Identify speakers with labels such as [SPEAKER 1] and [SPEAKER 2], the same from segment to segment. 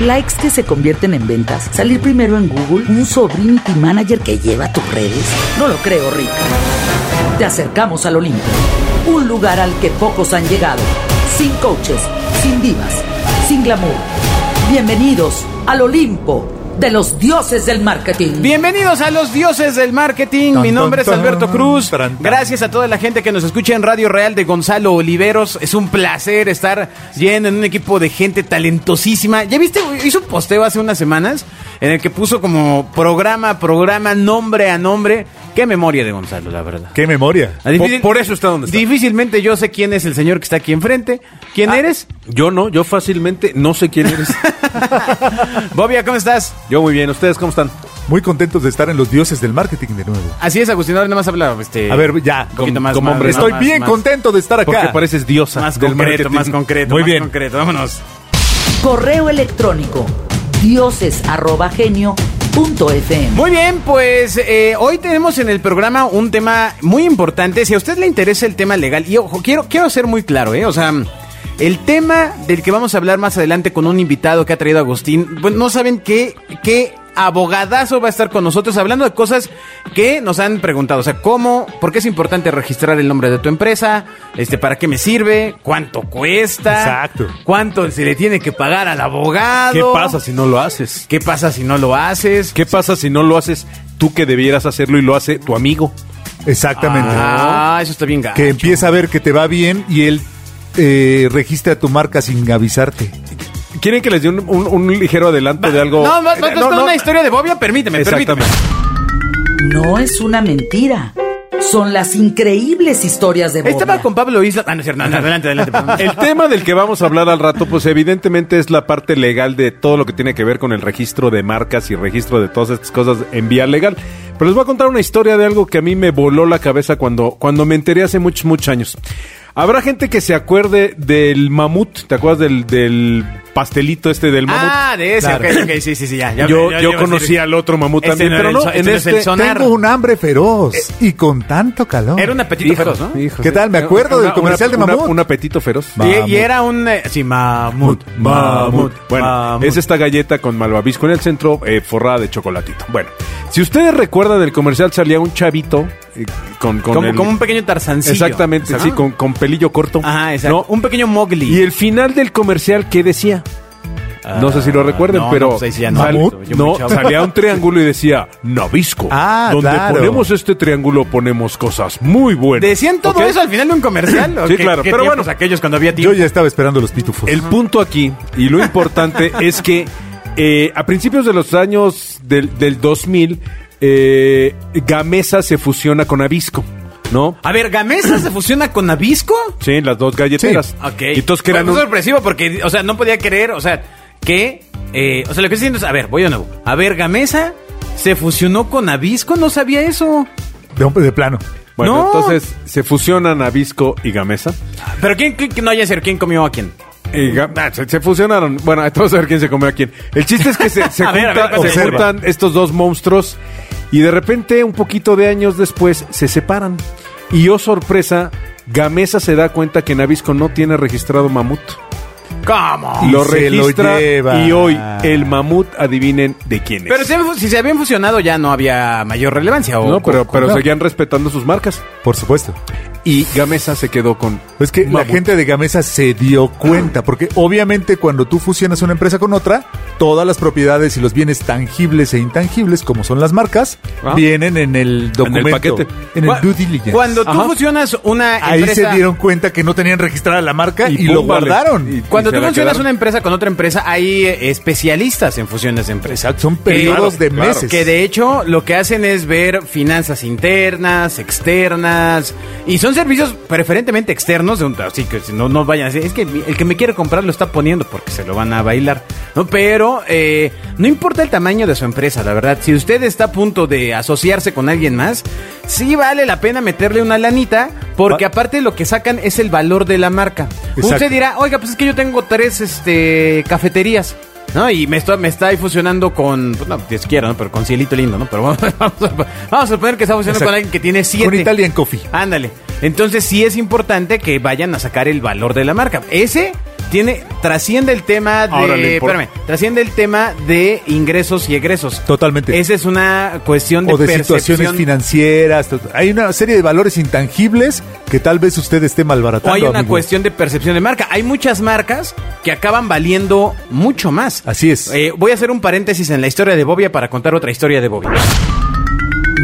[SPEAKER 1] likes que se convierten en ventas, salir primero en Google, un sobrinity manager que lleva tus redes. No lo creo, Rick. Te acercamos al Olimpo, un lugar al que pocos han llegado, sin coaches, sin divas, sin glamour. Bienvenidos al Olimpo de los dioses del marketing.
[SPEAKER 2] Bienvenidos a los dioses del marketing. Mi
[SPEAKER 3] Tan,
[SPEAKER 2] nombre
[SPEAKER 3] tan,
[SPEAKER 2] es Alberto
[SPEAKER 3] tan,
[SPEAKER 2] Cruz.
[SPEAKER 3] tan, tan.
[SPEAKER 2] Gracias a toda la gente que nos escucha en Radio Real de Gonzalo Oliveros. Es un placer estar lleno en un equipo de gente talentosísima. Ya viste, hizo un posteo hace unas semanas en el que puso como programa a programa, nombre a nombre. Qué memoria de Gonzalo, la verdad.
[SPEAKER 3] ¡Qué memoria!
[SPEAKER 2] Ah, difícil-
[SPEAKER 4] por eso está donde está.
[SPEAKER 2] Difícilmente yo sé quién es el señor que está aquí enfrente. ¿Quién
[SPEAKER 4] Ah,
[SPEAKER 2] eres?
[SPEAKER 4] Yo no, yo fácilmente no sé quién eres.
[SPEAKER 2] Bobia, ¿cómo estás?
[SPEAKER 4] yo muy bien, ¿ustedes cómo están?
[SPEAKER 3] Muy contentos de estar en los dioses del marketing de nuevo.
[SPEAKER 2] Así es, Agustín, ahora nada más habla. Este,
[SPEAKER 3] A ver, ya,
[SPEAKER 2] un poquito
[SPEAKER 3] com-
[SPEAKER 2] más,
[SPEAKER 4] como
[SPEAKER 2] más-
[SPEAKER 4] hombre,
[SPEAKER 2] más-
[SPEAKER 3] Estoy
[SPEAKER 2] más-
[SPEAKER 3] bien
[SPEAKER 2] más-
[SPEAKER 3] contento de estar
[SPEAKER 4] Porque
[SPEAKER 3] acá.
[SPEAKER 4] pareces diosa
[SPEAKER 2] Más
[SPEAKER 4] del
[SPEAKER 2] concreto,
[SPEAKER 4] marketing.
[SPEAKER 2] más concreto.
[SPEAKER 3] Muy
[SPEAKER 2] más
[SPEAKER 3] bien.
[SPEAKER 2] concreto, vámonos.
[SPEAKER 1] Correo electrónico dioses@genio.fm.
[SPEAKER 2] Muy bien, pues eh, hoy tenemos en el programa un tema muy importante. Si a usted le interesa el tema legal, y ojo, quiero, quiero ser muy claro, ¿eh? O sea, el tema del que vamos a hablar más adelante con un invitado que ha traído Agustín, pues no saben qué, qué abogadazo va a estar con nosotros hablando de cosas que nos han preguntado. O sea, cómo, por qué es importante registrar el nombre de tu empresa, este, para qué me sirve, cuánto cuesta.
[SPEAKER 3] Exacto.
[SPEAKER 2] Cuánto se le tiene que pagar al abogado.
[SPEAKER 4] ¿Qué pasa si no lo haces?
[SPEAKER 2] ¿Qué pasa si no lo haces?
[SPEAKER 4] ¿Qué pasa si no lo haces tú que debieras hacerlo y lo hace tu amigo?
[SPEAKER 3] Exactamente.
[SPEAKER 2] Ah, eso está bien gacho.
[SPEAKER 3] que empieza a ver que te va bien y él eh, registra tu marca sin avisarte.
[SPEAKER 4] ¿Quieren que les dé un, un- un ligero adelanto de algo?
[SPEAKER 2] No, más, más,
[SPEAKER 4] Eh, no,
[SPEAKER 2] con
[SPEAKER 4] no.
[SPEAKER 2] una historia de Bobia, permíteme, permíteme.
[SPEAKER 4] Exactamente.
[SPEAKER 1] No es una mentira. Son las increíbles historias de Bobia.
[SPEAKER 2] Estaba con Pablo Isla. Ah, no es cierto, no, no, adelante, adelante. perdón.
[SPEAKER 4] El tema del que vamos a hablar al rato, pues evidentemente es la parte legal de todo lo que tiene que ver con el registro de marcas y registro de todas estas cosas en vía legal. Pero les voy a contar una historia de algo que a mí me voló la cabeza cuando, cuando me enteré hace muchos, muchos años. Habrá gente que se acuerde del mamut, ¿te acuerdas del, del pastelito este del mamut?
[SPEAKER 2] ah, de ese,
[SPEAKER 3] Claro.
[SPEAKER 2] ok, ok, sí, sí, sí, ya. ya
[SPEAKER 4] yo
[SPEAKER 2] ya-
[SPEAKER 4] yo
[SPEAKER 2] ya-
[SPEAKER 4] conocí al otro mamut
[SPEAKER 2] Este
[SPEAKER 4] también,
[SPEAKER 2] no era
[SPEAKER 4] pero
[SPEAKER 2] el
[SPEAKER 4] no,
[SPEAKER 2] so-
[SPEAKER 4] en
[SPEAKER 2] este no es el
[SPEAKER 4] este...
[SPEAKER 2] sonar. Eh,
[SPEAKER 3] Tengo un hambre feroz y con tanto calor.
[SPEAKER 2] Era un apetito
[SPEAKER 4] Hijo,
[SPEAKER 2] feroz, ¿no?
[SPEAKER 4] hijo,
[SPEAKER 3] ¿Qué
[SPEAKER 4] sí.
[SPEAKER 3] tal? Me acuerdo
[SPEAKER 4] Una-
[SPEAKER 3] del comercial
[SPEAKER 4] una-
[SPEAKER 3] de
[SPEAKER 4] una-
[SPEAKER 3] mamut.
[SPEAKER 4] Un apetito feroz.
[SPEAKER 2] Y, y era un. eh, Sí, mamut. Mamut.
[SPEAKER 4] Bueno,
[SPEAKER 2] mamut.
[SPEAKER 4] es esta galleta con malvavisco en el centro, eh, forrada de chocolatito. Bueno, si ustedes recuerdan del comercial, salía un chavito eh, con, con
[SPEAKER 2] como,
[SPEAKER 4] el-
[SPEAKER 2] como un pequeño tarzancillo.
[SPEAKER 4] Exactamente,
[SPEAKER 2] Ajá.
[SPEAKER 4] sí, con, con pelillo corto.
[SPEAKER 2] Ajá, exacto.
[SPEAKER 4] ¿no?
[SPEAKER 2] Un pequeño mogli.
[SPEAKER 4] Y el final del comercial, ¿qué decía? No sé si lo recuerden,
[SPEAKER 2] no,
[SPEAKER 4] pero
[SPEAKER 2] no, pues ahí sí ya no.
[SPEAKER 4] sal-
[SPEAKER 2] Mamut. Yo muy
[SPEAKER 4] no,
[SPEAKER 2] chavo.
[SPEAKER 4] salía un triángulo y decía Nabisco.
[SPEAKER 3] Ah,
[SPEAKER 4] donde
[SPEAKER 3] claro.
[SPEAKER 4] ponemos este triángulo ponemos cosas muy buenas.
[SPEAKER 2] ¿Decían todo
[SPEAKER 4] ¿Ok?
[SPEAKER 2] eso al final de un comercial? ¿O
[SPEAKER 4] Sí,
[SPEAKER 2] qué-
[SPEAKER 4] claro,
[SPEAKER 2] qué
[SPEAKER 4] pero
[SPEAKER 2] tiempos
[SPEAKER 4] bueno.
[SPEAKER 2] aquellos cuando había
[SPEAKER 3] Yo
[SPEAKER 2] tiempo.
[SPEAKER 3] ya estaba esperando los pitufos.
[SPEAKER 4] El punto aquí, y lo importante, es que eh, a principios de los años del, del 2000, eh, Gamesa se fusiona con Avisco, ¿no?
[SPEAKER 2] A ver, ¿Gamesa se fusiona con Nabisco?
[SPEAKER 4] Sí, las dos galleteras.
[SPEAKER 3] Sí.
[SPEAKER 2] Ok.
[SPEAKER 4] Y todos que eran
[SPEAKER 2] Fue
[SPEAKER 4] un-
[SPEAKER 2] sorpresivo porque, o sea, no podía creer, o sea, que. eh, o sea, lo que estoy diciendo es. A ver, voy de nuevo. A ver, Gamesa se fusionó con Avisco, no sabía eso.
[SPEAKER 3] De, hombre de plano.
[SPEAKER 4] Bueno,
[SPEAKER 2] No.
[SPEAKER 4] entonces se fusionan Avisco y Gamesa.
[SPEAKER 2] Pero quién. quién- no, ya sé, quién comió a quién.
[SPEAKER 4] Y Ga- ah, se, se fusionaron. Bueno, ahorita vamos a ver quién se comió a quién. El chiste es que se, se
[SPEAKER 2] A ver, a ver,
[SPEAKER 4] junta-
[SPEAKER 2] ¿cuál
[SPEAKER 4] se
[SPEAKER 2] es el
[SPEAKER 3] problema?
[SPEAKER 4] juntan estos dos monstruos y de repente, un poquito de años después, se separan. Y oh sorpresa, Gamesa se da cuenta que Navisco no tiene registrado mamut.
[SPEAKER 2] ¿Cómo?
[SPEAKER 3] Y
[SPEAKER 4] lo
[SPEAKER 3] se lo
[SPEAKER 4] registra
[SPEAKER 3] lleva.
[SPEAKER 4] y hoy el mamut, adivinen de quién es.
[SPEAKER 2] Pero si, si se habían fusionado ya no había mayor relevancia. ¿o?
[SPEAKER 4] no, pero, pero
[SPEAKER 3] no.
[SPEAKER 4] seguían respetando sus marcas.
[SPEAKER 3] Por supuesto.
[SPEAKER 4] Y Gamesa se quedó con.
[SPEAKER 3] Es que la
[SPEAKER 4] mamut.
[SPEAKER 3] gente de Gamesa se dio cuenta, porque obviamente cuando tú fusionas una empresa con otra, todas las propiedades y los bienes tangibles e intangibles, como son las marcas,
[SPEAKER 4] Ah.
[SPEAKER 3] vienen en el documento, en el,
[SPEAKER 4] paquete.
[SPEAKER 2] Cu-
[SPEAKER 3] due diligence.
[SPEAKER 2] Cuando tú
[SPEAKER 4] Ajá.
[SPEAKER 2] fusionas una
[SPEAKER 3] Ahí
[SPEAKER 2] empresa.
[SPEAKER 3] se dieron cuenta que no tenían registrada la marca y,
[SPEAKER 4] Y
[SPEAKER 3] lo
[SPEAKER 4] pum, vale.
[SPEAKER 3] guardaron.
[SPEAKER 4] Y-
[SPEAKER 2] Cuando
[SPEAKER 4] se
[SPEAKER 2] tú
[SPEAKER 4] la
[SPEAKER 2] fusionas
[SPEAKER 4] quedaron.
[SPEAKER 2] una empresa con otra empresa, hay eh, especialistas en fusiones de empresas.
[SPEAKER 3] Exacto, son periodos de
[SPEAKER 4] claro.
[SPEAKER 3] meses.
[SPEAKER 2] Que de hecho lo que hacen es ver finanzas internas, externas, y son servicios preferentemente externos, de un- así que si no, no vayan a decir, es que mi- el que me quiere comprar lo está poniendo porque se lo van a bailar, ¿no? Pero eh, no importa el tamaño de su empresa, la verdad, si usted está a punto de asociarse con alguien más, sí vale la pena meterle una lanita, porque
[SPEAKER 3] Va-
[SPEAKER 2] aparte lo que sacan es el valor de la marca.
[SPEAKER 3] Exacto.
[SPEAKER 2] Usted dirá, oiga, pues es que yo tengo tres este, cafeterías, ¿no? Y me, estoy, me está ahí fusionando con, pues no, Dios quiera, ¿no? Pero con Cielito Lindo, ¿no? Pero vamos, vamos a, vamos a suponer que está fusionando
[SPEAKER 3] Exacto.
[SPEAKER 2] con alguien que tiene siete.
[SPEAKER 3] Con Italian Coffee.
[SPEAKER 2] Ándale. Entonces sí es importante que vayan a sacar el valor de la marca. Ese tiene trasciende el tema de
[SPEAKER 4] Ahora le importa.
[SPEAKER 2] espérame, trasciende el tema de ingresos y egresos.
[SPEAKER 3] Totalmente.
[SPEAKER 2] Esa es una cuestión de,
[SPEAKER 3] o de situaciones
[SPEAKER 2] percepción.
[SPEAKER 3] financieras. to- Hay una serie de valores intangibles que tal vez usted esté
[SPEAKER 2] O
[SPEAKER 3] malbaratando.
[SPEAKER 2] hay una
[SPEAKER 3] amigo.
[SPEAKER 2] cuestión de percepción de marca. Hay muchas marcas que acaban valiendo mucho más.
[SPEAKER 3] Así es.
[SPEAKER 2] Eh, voy a hacer un paréntesis en la historia de Bobia para contar otra historia de Bobia.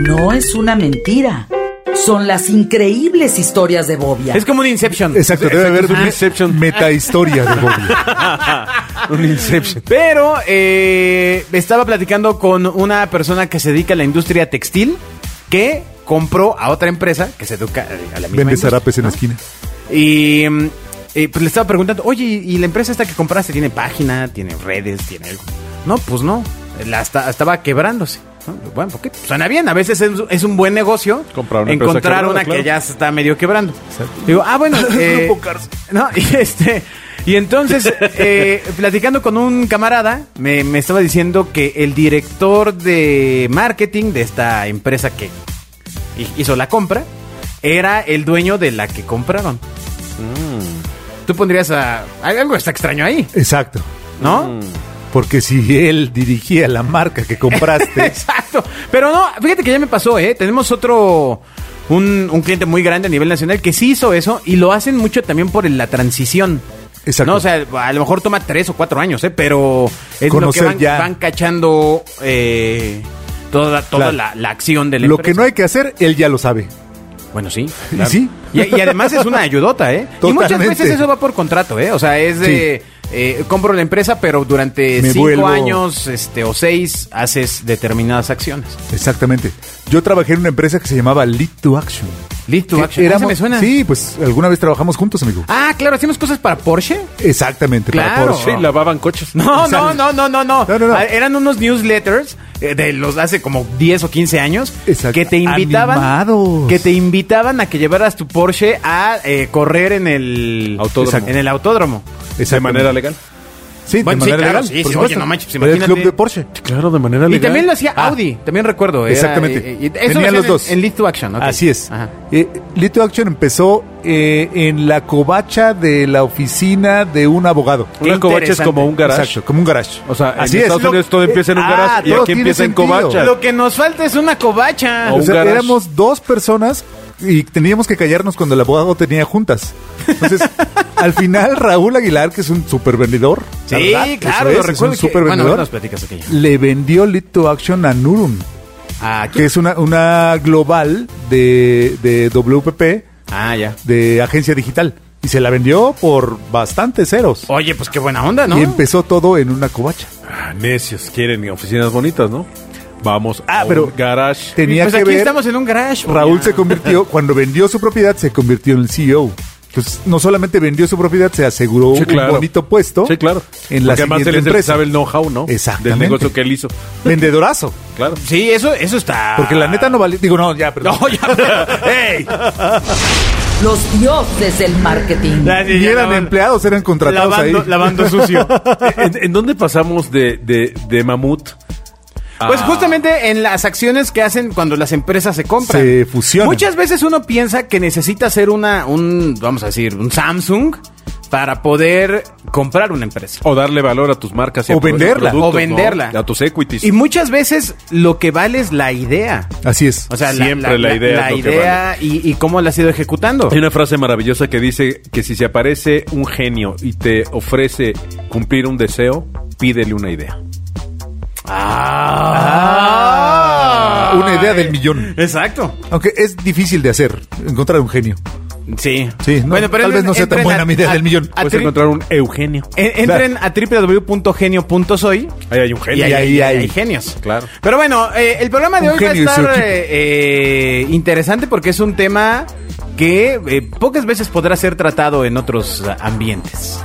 [SPEAKER 1] No es una mentira. Son las increíbles historias de Bobia.
[SPEAKER 2] Es como un Inception.
[SPEAKER 3] Exacto, debe haber
[SPEAKER 4] es un
[SPEAKER 3] una
[SPEAKER 4] Inception.
[SPEAKER 3] metahistoria de Bobby.
[SPEAKER 4] Un Inception.
[SPEAKER 2] Pero eh, estaba platicando con una persona que se dedica a la industria textil que compró a otra empresa que se educa eh, a la misma
[SPEAKER 3] Vende
[SPEAKER 2] industria,
[SPEAKER 3] zarapes en
[SPEAKER 2] ¿no?
[SPEAKER 3] la esquina.
[SPEAKER 2] Y mm, eh, pues le estaba preguntando, oye, ¿y y la empresa esta que compraste tiene página, tiene redes, tiene algo? No, pues no, la esta- estaba quebrándose. ¿no? Bueno, porque suena bien, a veces es, es un buen negocio
[SPEAKER 4] Comprar una empresa
[SPEAKER 2] encontrar
[SPEAKER 4] quebrada,
[SPEAKER 2] una
[SPEAKER 4] claro.
[SPEAKER 2] que ya se está medio quebrando. Digo, ah, bueno, eh,
[SPEAKER 3] Grupo Carso.
[SPEAKER 2] no, y este... Y entonces, eh, platicando con un camarada, me, me estaba diciendo que el director de marketing de esta empresa que hi- hizo la compra, era el dueño de la que compraron.
[SPEAKER 3] Mm.
[SPEAKER 2] Tú pondrías a... hay Algo está extraño ahí,
[SPEAKER 3] Exacto. Mm,
[SPEAKER 2] ¿no?
[SPEAKER 3] Porque si él dirigía la marca que compraste,
[SPEAKER 2] Exacto. Pero no, fíjate que ya me pasó, ¿eh? Tenemos otro... Un, un cliente muy grande a nivel nacional que sí hizo eso y lo hacen mucho también por la transición.
[SPEAKER 3] Exacto.
[SPEAKER 2] ¿No? O sea, a lo mejor toma tres o cuatro años, ¿eh? Pero es lo que
[SPEAKER 3] Conocer
[SPEAKER 2] van,
[SPEAKER 3] ya.
[SPEAKER 2] van cachando eh, toda, toda
[SPEAKER 3] Claro.
[SPEAKER 2] la, la acción del
[SPEAKER 3] lo que no hay que hacer, él ya lo sabe.
[SPEAKER 2] Bueno, sí.
[SPEAKER 3] Y sí.
[SPEAKER 2] Y, y además es una ayudota, ¿eh? Y muchas
[SPEAKER 3] Totalmente.
[SPEAKER 2] veces eso va por contrato, ¿eh? O sea, es de... eh, compro la empresa, pero durante
[SPEAKER 3] Me
[SPEAKER 2] cinco
[SPEAKER 3] vuelvo-
[SPEAKER 2] años este, o seis haces determinadas acciones.
[SPEAKER 3] Exactamente. Yo trabajé en una empresa que se llamaba Lead to Action.
[SPEAKER 2] Listo,
[SPEAKER 3] Que
[SPEAKER 2] action. Ah,
[SPEAKER 3] éramos-
[SPEAKER 2] ¿se me suena?
[SPEAKER 3] Sí, pues alguna vez trabajamos juntos, amigo.
[SPEAKER 2] Ah, claro, hacemos cosas para Porsche.
[SPEAKER 3] Exactamente, para
[SPEAKER 2] Claro.
[SPEAKER 3] Porsche.
[SPEAKER 4] Sí, lavaban coches.
[SPEAKER 2] No, no,
[SPEAKER 3] Exacto.
[SPEAKER 2] no, no, no, no.
[SPEAKER 3] No, no, no.
[SPEAKER 2] Ah, Eran unos newsletters eh, de los de hace como 10 o 15 años
[SPEAKER 3] Exacto.
[SPEAKER 2] que te invitaban
[SPEAKER 3] Animados.
[SPEAKER 2] que te invitaban a que llevaras tu Porsche a eh, correr en el
[SPEAKER 4] Autódromo.
[SPEAKER 2] en el autódromo.
[SPEAKER 4] De
[SPEAKER 3] Exactamente.
[SPEAKER 4] manera legal.
[SPEAKER 3] Sí,
[SPEAKER 2] Bueno, sí,
[SPEAKER 3] de manera
[SPEAKER 2] claro,
[SPEAKER 3] legal.
[SPEAKER 2] sí,
[SPEAKER 3] por
[SPEAKER 2] sí, oye,
[SPEAKER 3] supuesto.
[SPEAKER 2] no manches, pues,
[SPEAKER 3] Era el
[SPEAKER 2] imagínate.
[SPEAKER 3] club de Porsche.
[SPEAKER 4] Claro, de manera
[SPEAKER 2] Y también lo hacía Audi, también recuerdo. era,
[SPEAKER 3] Ah. Exactamente.
[SPEAKER 2] eh, y eso
[SPEAKER 3] Tenían
[SPEAKER 2] lo hacían
[SPEAKER 3] los dos.
[SPEAKER 2] En, en Lead to Action, ok.
[SPEAKER 3] Así es.
[SPEAKER 2] Ajá.
[SPEAKER 3] Eh, Lead to Action empezó eh, en la covacha de la oficina de un abogado.
[SPEAKER 2] Qué
[SPEAKER 4] Una covacha es
[SPEAKER 2] interesante.
[SPEAKER 4] como un garage.
[SPEAKER 3] Exacto, como un garage.
[SPEAKER 4] O sea, en
[SPEAKER 3] Así es.
[SPEAKER 4] Estados
[SPEAKER 3] Lo-
[SPEAKER 4] Unidos todo empieza en un
[SPEAKER 3] Ah,
[SPEAKER 4] garage y
[SPEAKER 3] todo
[SPEAKER 4] aquí
[SPEAKER 3] tiene
[SPEAKER 4] empieza en
[SPEAKER 3] sentido.
[SPEAKER 4] covacha.
[SPEAKER 2] Lo que nos falta es una covacha.
[SPEAKER 4] O
[SPEAKER 3] O
[SPEAKER 4] un
[SPEAKER 3] sea,
[SPEAKER 4] garage.
[SPEAKER 3] éramos dos personas y teníamos que callarnos cuando el abogado tenía juntas. Entonces, al final Raúl Aguilar, que es un supervendedor,
[SPEAKER 2] sí,
[SPEAKER 3] la verdad, eso
[SPEAKER 2] claro,
[SPEAKER 3] es,
[SPEAKER 2] lo
[SPEAKER 3] es
[SPEAKER 2] recuerdo.
[SPEAKER 3] un
[SPEAKER 2] que- bueno,
[SPEAKER 3] supervendedor,
[SPEAKER 2] ahorita nos platicas aquello.
[SPEAKER 3] le vendió Lead to Action a Nurum,
[SPEAKER 2] Ah,
[SPEAKER 3] que
[SPEAKER 2] ¿quién?
[SPEAKER 3] es una, una global de, de WPP,
[SPEAKER 2] Ah, ya.
[SPEAKER 3] de agencia digital, y se la vendió por bastantes ceros.
[SPEAKER 2] Oye, pues qué buena onda, ¿no?
[SPEAKER 3] Y empezó todo en una covacha.
[SPEAKER 4] Ah, necios, quieren oficinas bonitas, ¿no? Vamos a
[SPEAKER 3] Ah, pero-
[SPEAKER 4] un garage.
[SPEAKER 3] Tenía
[SPEAKER 2] pues
[SPEAKER 3] que
[SPEAKER 2] aquí
[SPEAKER 3] ver.
[SPEAKER 2] estamos en un garage.
[SPEAKER 3] Raúl
[SPEAKER 2] oye.
[SPEAKER 3] se convirtió, cuando vendió su propiedad, se convirtió en el CEO. Entonces, no solamente vendió su propiedad, se aseguró
[SPEAKER 4] Sí, claro.
[SPEAKER 3] un bonito puesto.
[SPEAKER 4] Sí, claro.
[SPEAKER 3] En la
[SPEAKER 4] Porque además
[SPEAKER 3] siguiente
[SPEAKER 4] él es el que
[SPEAKER 3] empresa.
[SPEAKER 4] sabe el know-how, ¿no? Del
[SPEAKER 3] Exactamente.
[SPEAKER 4] negocio que él hizo.
[SPEAKER 3] Vendedorazo.
[SPEAKER 4] Claro.
[SPEAKER 2] Sí, eso, eso está.
[SPEAKER 3] Porque
[SPEAKER 4] Ah.
[SPEAKER 3] la neta no vale. Digo, no, ya, perdón.
[SPEAKER 2] No, ya. pero- ¡Ey!
[SPEAKER 1] Los dioses del marketing.
[SPEAKER 2] La-
[SPEAKER 3] y
[SPEAKER 2] ya
[SPEAKER 3] eran
[SPEAKER 2] lavando-
[SPEAKER 3] empleados, eran contratados
[SPEAKER 2] Lavando,
[SPEAKER 3] ahí.
[SPEAKER 2] lavando sucio.
[SPEAKER 4] ¿En, en dónde pasamos de, de, de mamut? a-
[SPEAKER 3] Ah.
[SPEAKER 2] Pues justamente en las acciones que hacen cuando las empresas se compran.
[SPEAKER 3] Se fusionan.
[SPEAKER 2] Muchas veces uno piensa que necesita ser una, un, vamos a decir, un Samsung para poder comprar una empresa.
[SPEAKER 4] O darle valor a tus marcas. y a
[SPEAKER 3] O
[SPEAKER 4] tus
[SPEAKER 3] venderla.
[SPEAKER 2] o
[SPEAKER 4] productos,
[SPEAKER 2] venderla.
[SPEAKER 4] ¿no? A tus equities.
[SPEAKER 2] Y muchas veces lo que vale es la idea.
[SPEAKER 3] Así es.
[SPEAKER 2] O sea,
[SPEAKER 4] Siempre la idea
[SPEAKER 2] La
[SPEAKER 4] es lo que
[SPEAKER 2] idea y, y cómo la has ido ejecutando.
[SPEAKER 4] Hay una frase maravillosa que dice que si se aparece un genio y te ofrece cumplir un deseo, pídele una idea.
[SPEAKER 2] Ah.
[SPEAKER 3] Una idea del millón.
[SPEAKER 2] Exacto.
[SPEAKER 3] Aunque es difícil de hacer, encontrar un genio.
[SPEAKER 2] Sí.
[SPEAKER 3] Sí, no, tal vez no sea tan
[SPEAKER 2] entren
[SPEAKER 3] buena
[SPEAKER 2] a-
[SPEAKER 3] mi idea
[SPEAKER 2] a-
[SPEAKER 3] del millón. pues,
[SPEAKER 2] a
[SPEAKER 4] Puedes
[SPEAKER 2] tri-
[SPEAKER 4] encontrar un Eugenio.
[SPEAKER 2] en- entren a www.genio.soy
[SPEAKER 4] Ahí hay un
[SPEAKER 2] y
[SPEAKER 4] genio.
[SPEAKER 2] ahí, hay,
[SPEAKER 3] ahí hay.
[SPEAKER 2] hay genios.
[SPEAKER 4] Claro.
[SPEAKER 2] Pero bueno, eh, el programa de
[SPEAKER 3] Un
[SPEAKER 2] hoy va a
[SPEAKER 3] genio y su
[SPEAKER 2] estar
[SPEAKER 3] equipo.
[SPEAKER 2] eh, eh, interesante porque es un tema que eh, pocas veces podrá ser tratado en otros ah, ambientes.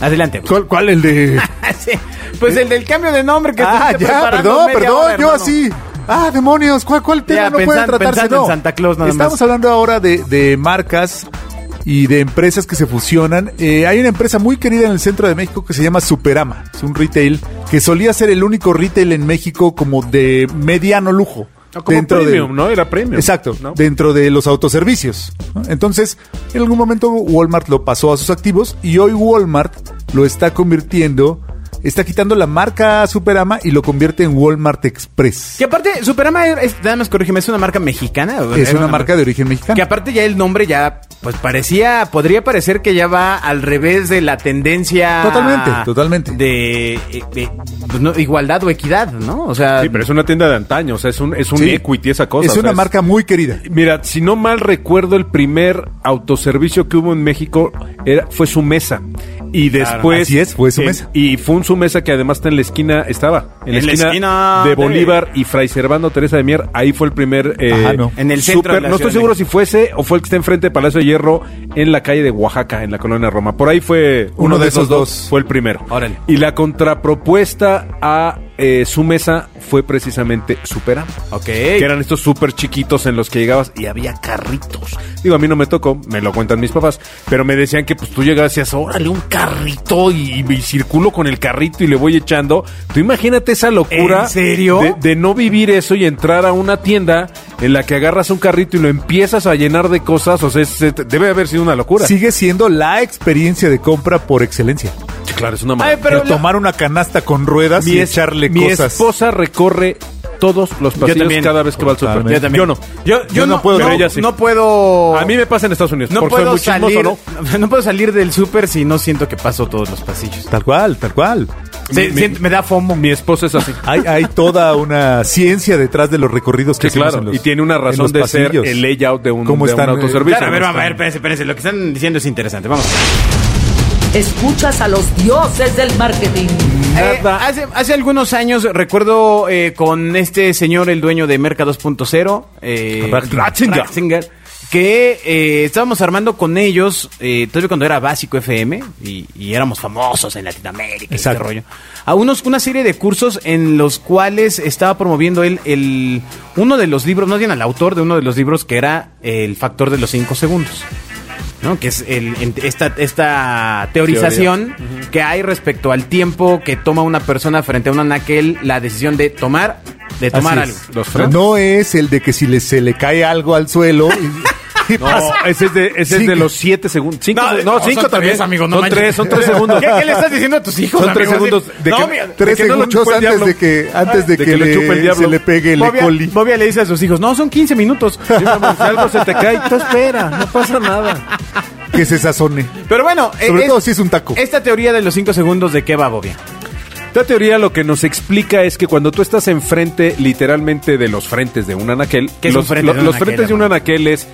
[SPEAKER 2] Adelante.
[SPEAKER 3] ¿Cuál, cuál el de.?
[SPEAKER 2] Sí, Pues el del cambio de nombre que
[SPEAKER 3] ¿Eh? ah,
[SPEAKER 2] estuviste
[SPEAKER 3] ya,
[SPEAKER 2] preparando
[SPEAKER 3] perdón,
[SPEAKER 2] media
[SPEAKER 3] perdón,
[SPEAKER 2] hora,
[SPEAKER 3] yo
[SPEAKER 2] hermano.
[SPEAKER 3] así. Ah, demonios, ¿cuál, cuál tema
[SPEAKER 2] Ya,
[SPEAKER 3] no
[SPEAKER 2] pensan-
[SPEAKER 3] puede tratarse?
[SPEAKER 2] pensando en
[SPEAKER 3] No.
[SPEAKER 2] Santa Claus nada más.
[SPEAKER 3] Estamos hablando ahora de, de marcas y de empresas que se fusionan. Eh, hay una empresa muy querida en el centro de México que se llama Superama. Es un retail que solía ser el único retail en México como de mediano lujo.
[SPEAKER 2] Ah,
[SPEAKER 4] No, como premium, ¿no? Era premium,
[SPEAKER 3] Exacto,
[SPEAKER 4] ¿no?
[SPEAKER 3] dentro de los autoservicios. ¿no? Entonces, en algún momento Walmart lo pasó a sus activos y hoy Walmart lo está convirtiendo, está quitando la marca Superama y lo convierte en Walmart Express.
[SPEAKER 2] Que aparte, Superama, es, nada más corrígeme, es una marca mexicana. ¿O
[SPEAKER 3] Es
[SPEAKER 2] era
[SPEAKER 3] una marca de origen mexicano.
[SPEAKER 2] Que aparte ya el nombre ya, pues parecía, podría parecer que ya va al revés de la tendencia.
[SPEAKER 3] Totalmente, totalmente.
[SPEAKER 2] De, de, pues, no, igualdad o equidad, ¿no? O sea.
[SPEAKER 4] Sí, pero es una tienda de antaño, o sea, es un, es un
[SPEAKER 3] Sí.
[SPEAKER 4] equity esa cosa.
[SPEAKER 3] es
[SPEAKER 4] o sea,
[SPEAKER 3] una marca muy querida.
[SPEAKER 4] Mira, si no mal recuerdo, el primer autoservicio que hubo en México era, fue su mesa. Y después.
[SPEAKER 3] Así es, fue su mesa.
[SPEAKER 4] Y fue un su mesa que además está en la esquina, estaba. En la,
[SPEAKER 2] En la
[SPEAKER 4] esquina,
[SPEAKER 2] esquina
[SPEAKER 4] de
[SPEAKER 2] de-
[SPEAKER 4] Bolívar y Fray Servando Teresa de Mier. Ahí fue el primer. eh,
[SPEAKER 3] Ajá, no.
[SPEAKER 2] En el centro de la
[SPEAKER 4] no estoy
[SPEAKER 2] Ciudad de
[SPEAKER 4] seguro si fue ese o fue el que está enfrente de Palacio de Hierro en la calle de Oaxaca, en la colonia Roma. Por ahí fue.
[SPEAKER 3] Uno de esos dos.
[SPEAKER 4] Fue el primero.
[SPEAKER 2] Órale.
[SPEAKER 4] Y la contrapropuesta a eh, su mesa fue precisamente Supera.
[SPEAKER 2] ok.
[SPEAKER 4] Que eran estos súper chiquitos en los que llegabas y había carritos. Digo, a mí no me tocó, me lo cuentan mis papás, pero me decían que pues tú llegabas y decías, órale, un carrito y, y circulo con el carrito y le voy echando. Tú imagínate esa locura.
[SPEAKER 2] ¿En serio?
[SPEAKER 4] De, de no vivir eso y entrar a una tienda en la que agarras un carrito y lo empiezas a llenar de cosas. O sea, es- es- debe haber sido una locura.
[SPEAKER 3] Sigue siendo la experiencia de compra por excelencia.
[SPEAKER 4] claro, es una
[SPEAKER 2] Ay,
[SPEAKER 4] maravilla.
[SPEAKER 3] Pero,
[SPEAKER 2] pero. la-
[SPEAKER 3] tomar una canasta con ruedas y echarle
[SPEAKER 4] Eh, mi
[SPEAKER 3] cosas.
[SPEAKER 4] esposa recorre todos los pasillos
[SPEAKER 2] también.
[SPEAKER 4] cada vez que va al súper.
[SPEAKER 3] Totalmente. Yo
[SPEAKER 2] también.
[SPEAKER 4] no.
[SPEAKER 2] Yo, yo,
[SPEAKER 4] Yo no
[SPEAKER 2] no,
[SPEAKER 4] puedo,
[SPEAKER 2] No,
[SPEAKER 4] pero ella sí.
[SPEAKER 2] no puedo.
[SPEAKER 4] A mí me pasa en Estados Unidos.
[SPEAKER 2] No
[SPEAKER 4] por
[SPEAKER 2] puedo,
[SPEAKER 4] ser muy
[SPEAKER 2] salir,
[SPEAKER 4] chismoso, ¿no?
[SPEAKER 2] ¿no? puedo salir del súper si no siento que paso todos los pasillos.
[SPEAKER 3] Tal cual, tal cual.
[SPEAKER 2] Se-
[SPEAKER 4] mi-
[SPEAKER 2] siento- me da fomo.
[SPEAKER 4] Mi esposa es así.
[SPEAKER 3] Hay, hay toda una ciencia detrás de los recorridos que
[SPEAKER 4] Sí,
[SPEAKER 3] hacemos
[SPEAKER 4] claro.
[SPEAKER 3] en los-
[SPEAKER 4] y tiene una
[SPEAKER 3] en
[SPEAKER 4] razón
[SPEAKER 3] los
[SPEAKER 4] de ser
[SPEAKER 3] pasillos.
[SPEAKER 4] el layout de un,
[SPEAKER 3] ¿Cómo
[SPEAKER 4] de un
[SPEAKER 3] están, eh?
[SPEAKER 4] autoservicio.
[SPEAKER 2] Claro, a ver, a ver, espérense, espérense. Lo que están diciendo es interesante. Vamos.
[SPEAKER 1] Escuchas a los dioses del marketing.
[SPEAKER 2] Eh, hace, hace algunos años, recuerdo eh, con este señor, el dueño de Merca 2.0, eh,
[SPEAKER 4] Ratzinger.
[SPEAKER 2] Ratzinger, que eh, estábamos armando con ellos, eh, todavía cuando era básico FM, y, y éramos famosos en Latinoamérica y este
[SPEAKER 3] Exacto.
[SPEAKER 2] rollo, a unos, una serie de cursos en los cuales estaba promoviendo él el, uno de los libros, no bien al autor de uno de los libros que era El Factor de los 5 Segundos. ¿no? Que es el- en- esta, esta teorización que hay respecto al tiempo que toma una persona frente a un anaquel la decisión de tomar, de
[SPEAKER 3] Así
[SPEAKER 2] tomar
[SPEAKER 3] es.
[SPEAKER 2] algo.
[SPEAKER 4] Los frenos.
[SPEAKER 3] No es el de que si le, se le cae algo al suelo. y- y pasa.
[SPEAKER 4] No, ese es de, ese es de
[SPEAKER 3] Sí.
[SPEAKER 4] los 7 segundos. Cinco, no,
[SPEAKER 2] no, son
[SPEAKER 4] cinco también.
[SPEAKER 2] tres, amigo, no
[SPEAKER 4] son
[SPEAKER 2] manches.
[SPEAKER 4] 3, son 3 segundos.
[SPEAKER 2] ¿Qué, qué le estás diciendo a tus hijos?
[SPEAKER 4] Son tres
[SPEAKER 2] amigo? Así-
[SPEAKER 4] segundos de
[SPEAKER 2] no,
[SPEAKER 4] que-
[SPEAKER 2] mira,
[SPEAKER 3] Tres
[SPEAKER 4] que no lo
[SPEAKER 3] segundos
[SPEAKER 4] chupe el
[SPEAKER 3] antes
[SPEAKER 4] diablo.
[SPEAKER 3] de que antes de,
[SPEAKER 4] De
[SPEAKER 3] que,
[SPEAKER 4] que lo
[SPEAKER 3] le-
[SPEAKER 4] chupe el diablo.
[SPEAKER 3] se le pegue el
[SPEAKER 2] Bobia,
[SPEAKER 3] coli.
[SPEAKER 2] Bobia le dice a sus hijos, no, son 15 minutos.
[SPEAKER 4] Sí, mamá, si algo se te cae, tú espera, no pasa nada.
[SPEAKER 3] que se sazone.
[SPEAKER 2] Pero bueno, eh,
[SPEAKER 3] Sobre todo si es un taco.
[SPEAKER 2] Esta teoría de los 5 segundos de qué va Bobia.
[SPEAKER 4] Esta teoría lo que nos explica es que cuando tú estás enfrente, literalmente, de los frentes de un anaquel,
[SPEAKER 2] ¿Qué es un
[SPEAKER 4] los,
[SPEAKER 2] frente de un
[SPEAKER 4] los
[SPEAKER 2] anaquel,
[SPEAKER 4] frentes de un
[SPEAKER 2] hermano?
[SPEAKER 4] anaquel es.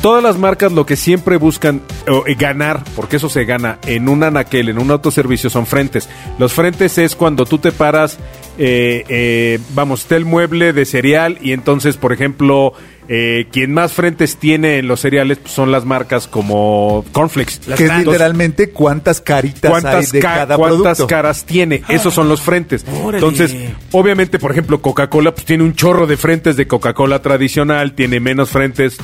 [SPEAKER 4] Todas las marcas lo que siempre buscan o, eh, ganar, porque eso se gana en un anaquel, en un autoservicio, son frentes. Los frentes es cuando tú te paras, eh, eh, vamos, está el mueble de cereal y entonces, por ejemplo, eh, quien más frentes tiene en los cereales pues, son las marcas como Cornflakes.
[SPEAKER 2] Las
[SPEAKER 3] que es
[SPEAKER 2] grandes.
[SPEAKER 3] literalmente cuántas caritas hay
[SPEAKER 4] ¿Cuántas,
[SPEAKER 3] de
[SPEAKER 4] ca-
[SPEAKER 3] cada
[SPEAKER 4] cuántas
[SPEAKER 3] producto.
[SPEAKER 4] caras tiene? Esos son los frentes.
[SPEAKER 2] Órale.
[SPEAKER 4] Entonces, obviamente, por ejemplo, Coca-Cola pues, tiene un chorro de frentes de Coca-Cola tradicional, tiene menos frentes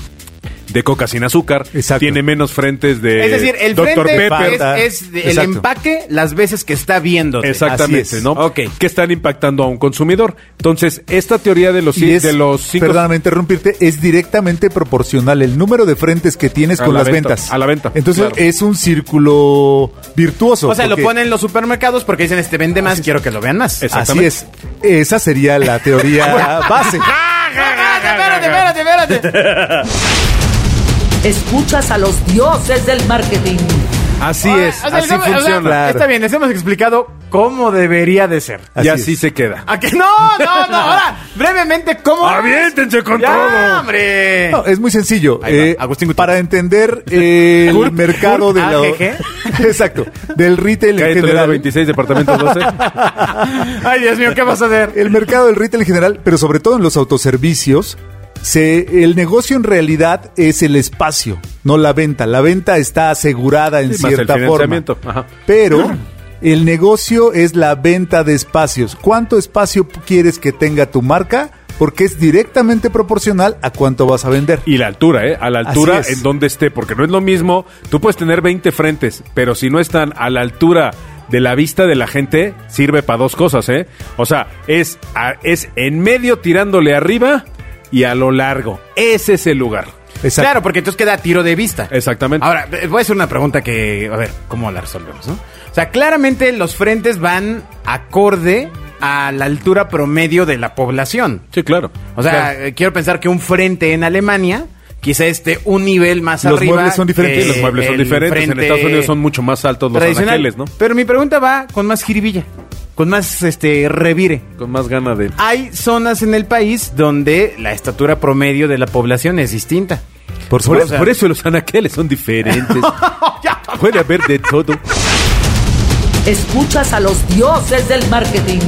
[SPEAKER 4] de Coca sin azúcar,
[SPEAKER 3] Exacto.
[SPEAKER 4] tiene menos frentes de
[SPEAKER 2] es decir, el
[SPEAKER 4] Dr.
[SPEAKER 2] frente
[SPEAKER 4] Pepper.
[SPEAKER 3] Fanta.
[SPEAKER 2] es, es de- el
[SPEAKER 3] Eh, Exacto.
[SPEAKER 2] empaque las veces que está viendo.
[SPEAKER 3] Así
[SPEAKER 4] Exactamente,
[SPEAKER 3] es.
[SPEAKER 4] ¿no?
[SPEAKER 2] Ok.
[SPEAKER 4] Que están impactando a un consumidor. Entonces, esta teoría de los,
[SPEAKER 3] Y es,
[SPEAKER 4] de los cinco...
[SPEAKER 3] perdóname interrumpirte, es directamente proporcional el número de frentes que tienes
[SPEAKER 4] A
[SPEAKER 3] con
[SPEAKER 4] la
[SPEAKER 3] las
[SPEAKER 4] venta,
[SPEAKER 3] ventas.
[SPEAKER 4] a la venta,
[SPEAKER 3] Entonces
[SPEAKER 4] claro.
[SPEAKER 3] es un círculo virtuoso.
[SPEAKER 2] O sea, lo
[SPEAKER 3] porque- Ah,
[SPEAKER 2] ponen en los supermercados porque dicen, este vende más, quiero que lo vean más.
[SPEAKER 3] Así
[SPEAKER 4] Exactamente.
[SPEAKER 3] es. Esa sería la teoría base.
[SPEAKER 4] ¡Ah,
[SPEAKER 2] Espérate, espérate, espérate, espérate.
[SPEAKER 1] Escuchas a los dioses del marketing.
[SPEAKER 4] Así
[SPEAKER 2] Ah,
[SPEAKER 4] es,
[SPEAKER 2] o sea,
[SPEAKER 4] así
[SPEAKER 2] o sea,
[SPEAKER 4] funciona.
[SPEAKER 2] Está bien, les hemos explicado cómo debería de ser.
[SPEAKER 4] Y
[SPEAKER 3] Así
[SPEAKER 4] así
[SPEAKER 3] es.
[SPEAKER 4] se queda.
[SPEAKER 2] ¿A que no, no, no. Ahora, brevemente, ¿cómo?
[SPEAKER 4] ¡Aviéntense Ah, con
[SPEAKER 2] Ya,
[SPEAKER 4] todo!
[SPEAKER 2] hombre!
[SPEAKER 3] No, es muy sencillo.
[SPEAKER 2] Ahí va,
[SPEAKER 3] Eh,
[SPEAKER 2] Agustín Gutiérrez.
[SPEAKER 3] para entender eh, el
[SPEAKER 2] Gurp,
[SPEAKER 3] mercado
[SPEAKER 2] Gurp,
[SPEAKER 3] de la...
[SPEAKER 2] AGG.
[SPEAKER 3] Exacto. Del retail en
[SPEAKER 4] Calle Toledo
[SPEAKER 3] general.
[SPEAKER 4] 26, departamento 12.
[SPEAKER 2] Ay, Dios mío, ¿qué vas a hacer?
[SPEAKER 3] El mercado del retail en general, pero sobre todo en los autoservicios, se, el negocio en realidad es el espacio, no la venta. La venta está asegurada en
[SPEAKER 4] Sí, más el
[SPEAKER 3] cierta forma.
[SPEAKER 4] financiamiento, ajá.
[SPEAKER 3] Pero el negocio es la venta de espacios. ¿Cuánto espacio quieres que tenga tu marca? Porque es directamente proporcional a cuánto vas a vender.
[SPEAKER 4] Y la altura, ¿eh? A la altura
[SPEAKER 3] Así es.
[SPEAKER 4] en donde esté, porque no es lo mismo. Tú puedes tener 20 frentes, pero si no están a la altura de la vista de la gente, sirve para dos cosas, ¿eh? O sea, es, a- es en medio tirándole arriba y a lo largo. Ese es el lugar.
[SPEAKER 3] Exacto.
[SPEAKER 2] Claro, porque entonces queda a tiro de vista.
[SPEAKER 4] Exactamente.
[SPEAKER 2] Ahora, eh, voy a hacer una pregunta que, a ver, ¿cómo la resolvemos? no? O sea, claramente los frentes van acorde a la altura promedio de la población.
[SPEAKER 4] Sí, claro.
[SPEAKER 2] O sea,
[SPEAKER 4] Claro.
[SPEAKER 2] eh, quiero pensar que un frente en Alemania quizá esté un nivel más
[SPEAKER 3] Los
[SPEAKER 2] arriba.
[SPEAKER 3] muebles son diferentes.
[SPEAKER 2] que
[SPEAKER 4] los muebles son
[SPEAKER 2] el
[SPEAKER 4] diferentes. En
[SPEAKER 2] frente
[SPEAKER 4] Estados Unidos son mucho más altos los
[SPEAKER 2] tradicional.
[SPEAKER 4] anaqueles, ¿no?
[SPEAKER 2] Pero mi pregunta va con más jiribilla, con más este revire.
[SPEAKER 4] Con más gana de.
[SPEAKER 2] Hay zonas en el país donde la estatura promedio de la población es distinta.
[SPEAKER 4] Por,
[SPEAKER 2] supuesto.
[SPEAKER 4] por- por eso los anaqueles son diferentes. Puede haber de todo.
[SPEAKER 1] Escuchas a los dioses del marketing.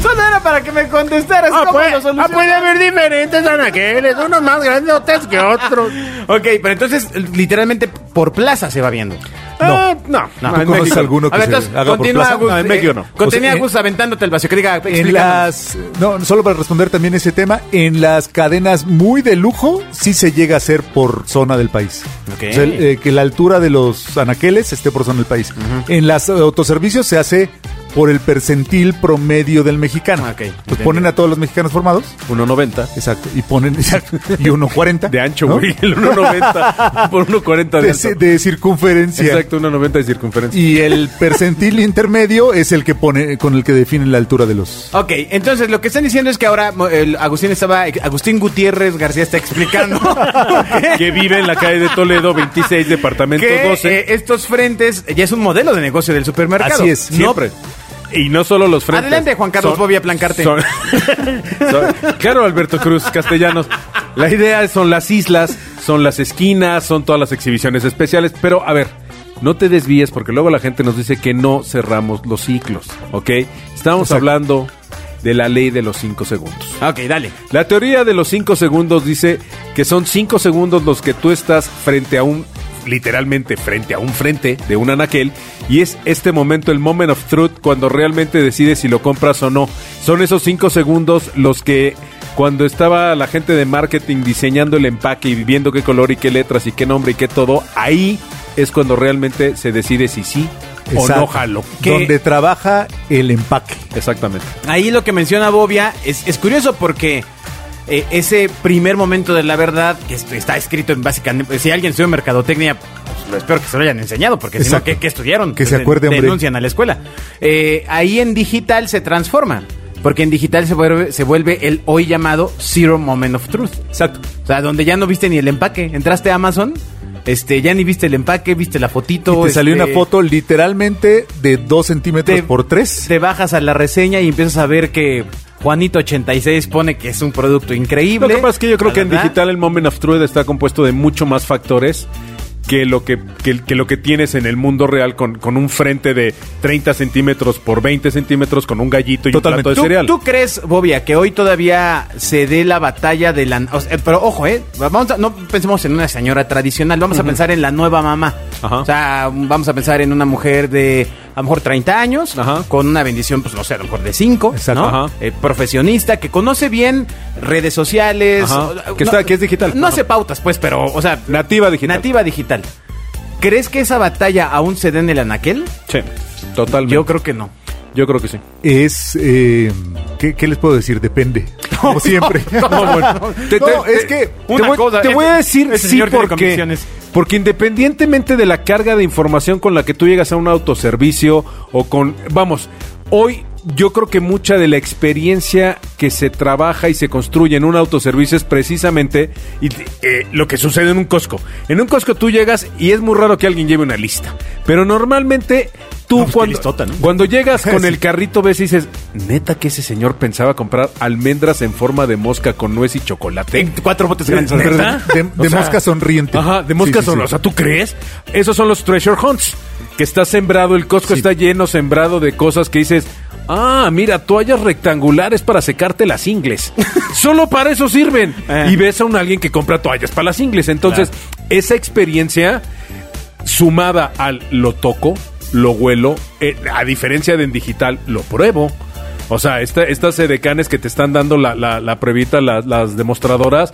[SPEAKER 2] Solo era para que me contestaras.
[SPEAKER 5] Ah,
[SPEAKER 2] ¿cómo lo solucionas?
[SPEAKER 5] pues, haber diferentes anaqueles, unos más grandotes que otros.
[SPEAKER 2] Ok, pero entonces literalmente por plaza se va viendo.
[SPEAKER 5] Ah, no,
[SPEAKER 3] ¿Tú
[SPEAKER 2] en
[SPEAKER 3] conoces
[SPEAKER 2] México.
[SPEAKER 3] alguno que
[SPEAKER 2] a ver,
[SPEAKER 3] se
[SPEAKER 2] entonces,
[SPEAKER 3] haga por
[SPEAKER 2] continúa,
[SPEAKER 3] plaza?
[SPEAKER 2] Agus,
[SPEAKER 3] No, en
[SPEAKER 2] eh,
[SPEAKER 3] México no.
[SPEAKER 2] Continúa,
[SPEAKER 3] O sea, en-
[SPEAKER 2] Agus, aventándote el vacío. Que diga,
[SPEAKER 3] En
[SPEAKER 2] explícanos.
[SPEAKER 3] las, no, solo para responder también ese tema, en las cadenas muy de lujo sí se llega a hacer por zona del país.
[SPEAKER 2] Ok.
[SPEAKER 3] O sea, el- eh, que la altura de los anaqueles esté por zona del país. En las eh, autoservicios se hace por el percentil promedio del
[SPEAKER 4] Ah,
[SPEAKER 3] mexicano.
[SPEAKER 2] Ok,
[SPEAKER 3] Pues
[SPEAKER 2] entendido.
[SPEAKER 3] ponen a todos los mexicanos formados.
[SPEAKER 4] 1.90.
[SPEAKER 3] Exacto. Y ponen exacto, y 1.40.
[SPEAKER 4] De ancho,
[SPEAKER 3] ¿no?
[SPEAKER 4] güey. El 1.90 por 1.40 de
[SPEAKER 3] De,
[SPEAKER 4] alto.
[SPEAKER 3] de circunferencia.
[SPEAKER 4] Exacto, 1.90 de circunferencia.
[SPEAKER 3] Y el percentil intermedio es el que pone, con el que definen la altura de los
[SPEAKER 2] Ok, entonces lo que están diciendo es que ahora mo- el Agustín estaba. Agustín Gutiérrez García está explicando
[SPEAKER 4] que vive en la calle de Toledo, 26, departamento
[SPEAKER 2] que
[SPEAKER 4] 12.
[SPEAKER 2] eh, estos frentes ya es un modelo de negocio del supermercado.
[SPEAKER 3] Así es,
[SPEAKER 2] No,
[SPEAKER 4] siempre. Y no solo los frentes.
[SPEAKER 2] Adelante, Juan Carlos Bobia Plancarte.
[SPEAKER 4] son- son- claro, Alberto Cruz, castellanos. La idea son las islas, son las esquinas, son todas las exhibiciones especiales. Pero, a ver, no te desvíes porque luego la gente nos dice que no cerramos los ciclos, ¿ok? Estamos hablando de la ley de los 5 segundos.
[SPEAKER 2] Ok, dale.
[SPEAKER 4] La teoría de los 5 segundos dice que son 5 segundos los que tú estás frente a un, literalmente frente a un frente de un anaquel, y es este momento, el moment of truth, cuando realmente decides si lo compras o no. Son esos 5 segundos los que cuando estaba la gente de marketing diseñando el empaque y viendo qué color y qué letras y qué nombre y qué todo, ahí es cuando realmente se decide si sí o no
[SPEAKER 3] Exacto.
[SPEAKER 4] jalo.
[SPEAKER 3] Donde trabaja el empaque.
[SPEAKER 4] Exactamente.
[SPEAKER 2] Ahí lo que menciona Bobia es, es curioso porque eh, ese primer momento de la verdad que est- está escrito en básicamente. Si alguien estudió mercadotecnia, pues, lo espero que se lo hayan enseñado porque si no,
[SPEAKER 3] Exacto.
[SPEAKER 2] ¿qué, qué estudiaron?
[SPEAKER 3] Que se
[SPEAKER 2] Den-
[SPEAKER 3] acuerde, hombre.
[SPEAKER 2] Denuncian a la escuela. Eh, ahí en digital se transforma. Porque en digital se vuelve, se vuelve el hoy llamado Zero Moment of Truth.
[SPEAKER 4] Exacto.
[SPEAKER 2] O sea, donde ya no viste ni el empaque. Entraste a Amazon, este, ya ni viste el empaque, viste la fotito.
[SPEAKER 3] Y te salió
[SPEAKER 4] eh,
[SPEAKER 2] este,
[SPEAKER 3] una foto literalmente de 2 centímetros
[SPEAKER 2] te-
[SPEAKER 3] por 3.
[SPEAKER 2] Te bajas a la reseña y empiezas a ver que Juanito86 pone que es un producto increíble.
[SPEAKER 4] Lo que pasa es que yo creo
[SPEAKER 2] La
[SPEAKER 4] que en
[SPEAKER 2] verdad.
[SPEAKER 4] digital el moment of truth está compuesto de mucho más factores que lo que, que- que lo que tienes en el mundo real con, con un frente de 30 centímetros por 20 centímetros con un gallito y
[SPEAKER 3] Totalmente.
[SPEAKER 4] un plato de
[SPEAKER 2] ¿Tú,
[SPEAKER 4] cereal.
[SPEAKER 2] tú crees, Bobia, que hoy todavía se dé la batalla de la... o sea, pero ojo, ¿eh? Vamos a- no pensemos en una señora tradicional, vamos a pensar en la nueva mamá.
[SPEAKER 4] Ajá.
[SPEAKER 2] O sea, vamos a pensar en una mujer de a lo mejor 30 años,
[SPEAKER 4] Ajá.
[SPEAKER 2] con una bendición, pues no sé, a lo mejor de 5,
[SPEAKER 3] Exacto.
[SPEAKER 2] ¿no?
[SPEAKER 4] Ajá.
[SPEAKER 2] Eh, profesionista, que conoce bien redes sociales.
[SPEAKER 4] Ajá.
[SPEAKER 2] o-
[SPEAKER 4] Que
[SPEAKER 2] no-
[SPEAKER 4] está- que es digital.
[SPEAKER 2] No
[SPEAKER 4] Ajá.
[SPEAKER 2] hace pautas, pues, pero, o sea...
[SPEAKER 4] Nativa digital.
[SPEAKER 2] Nativa digital. ¿Crees que esa batalla aún se dé en el anaquel?
[SPEAKER 4] Sí, totalmente.
[SPEAKER 2] Yo creo que no.
[SPEAKER 4] Yo creo que sí.
[SPEAKER 3] Es. eh, ¿qué, qué les puedo decir? Depende. Como siempre.
[SPEAKER 4] No, bueno. Te- te-
[SPEAKER 3] No, es que
[SPEAKER 4] te
[SPEAKER 2] una
[SPEAKER 4] voy,
[SPEAKER 2] cosa,
[SPEAKER 4] te
[SPEAKER 2] este-
[SPEAKER 4] voy a decir
[SPEAKER 2] este
[SPEAKER 4] sí
[SPEAKER 2] señor tiene
[SPEAKER 4] porque,
[SPEAKER 2] comisiones.
[SPEAKER 4] porque independientemente de la carga de información con la que tú llegas a un autoservicio o con, vamos, hoy yo creo que mucha de la experiencia que se trabaja y se construye en un autoservicio es precisamente y, eh, lo que sucede en un Costco. En un Costco tú llegas y es muy raro que alguien lleve una lista, pero normalmente tú
[SPEAKER 2] pues, qué
[SPEAKER 4] cuando,
[SPEAKER 2] listota, ¿no?
[SPEAKER 4] cuando llegas con
[SPEAKER 3] Sí.
[SPEAKER 4] el carrito ves y dices, neta que ese señor pensaba comprar almendras en forma de mosca con nuez y chocolate.
[SPEAKER 2] Cuatro botes
[SPEAKER 3] de,
[SPEAKER 2] grandes. ¿verdad?
[SPEAKER 3] de- de
[SPEAKER 4] O sea,
[SPEAKER 3] mosca sonriente.
[SPEAKER 4] Ajá, de mosca
[SPEAKER 3] Sí, sí,
[SPEAKER 4] sonriente. O
[SPEAKER 3] sí.
[SPEAKER 4] sea, ¿tú crees? Esos son los treasure hunts. Que está sembrado, el Costco
[SPEAKER 3] Sí.
[SPEAKER 4] está lleno, sembrado de cosas que dices, ah, mira, toallas rectangulares para secarte las ingles. Solo para eso sirven.
[SPEAKER 2] Eh.
[SPEAKER 4] Y ves a un alguien que compra toallas para las ingles. Entonces, esa experiencia sumada al lo toco, lo huelo, eh, a diferencia de en digital, lo pruebo. O sea, esta- estas edecanes que te están dando la, la, la pruebita, la- las demostradoras,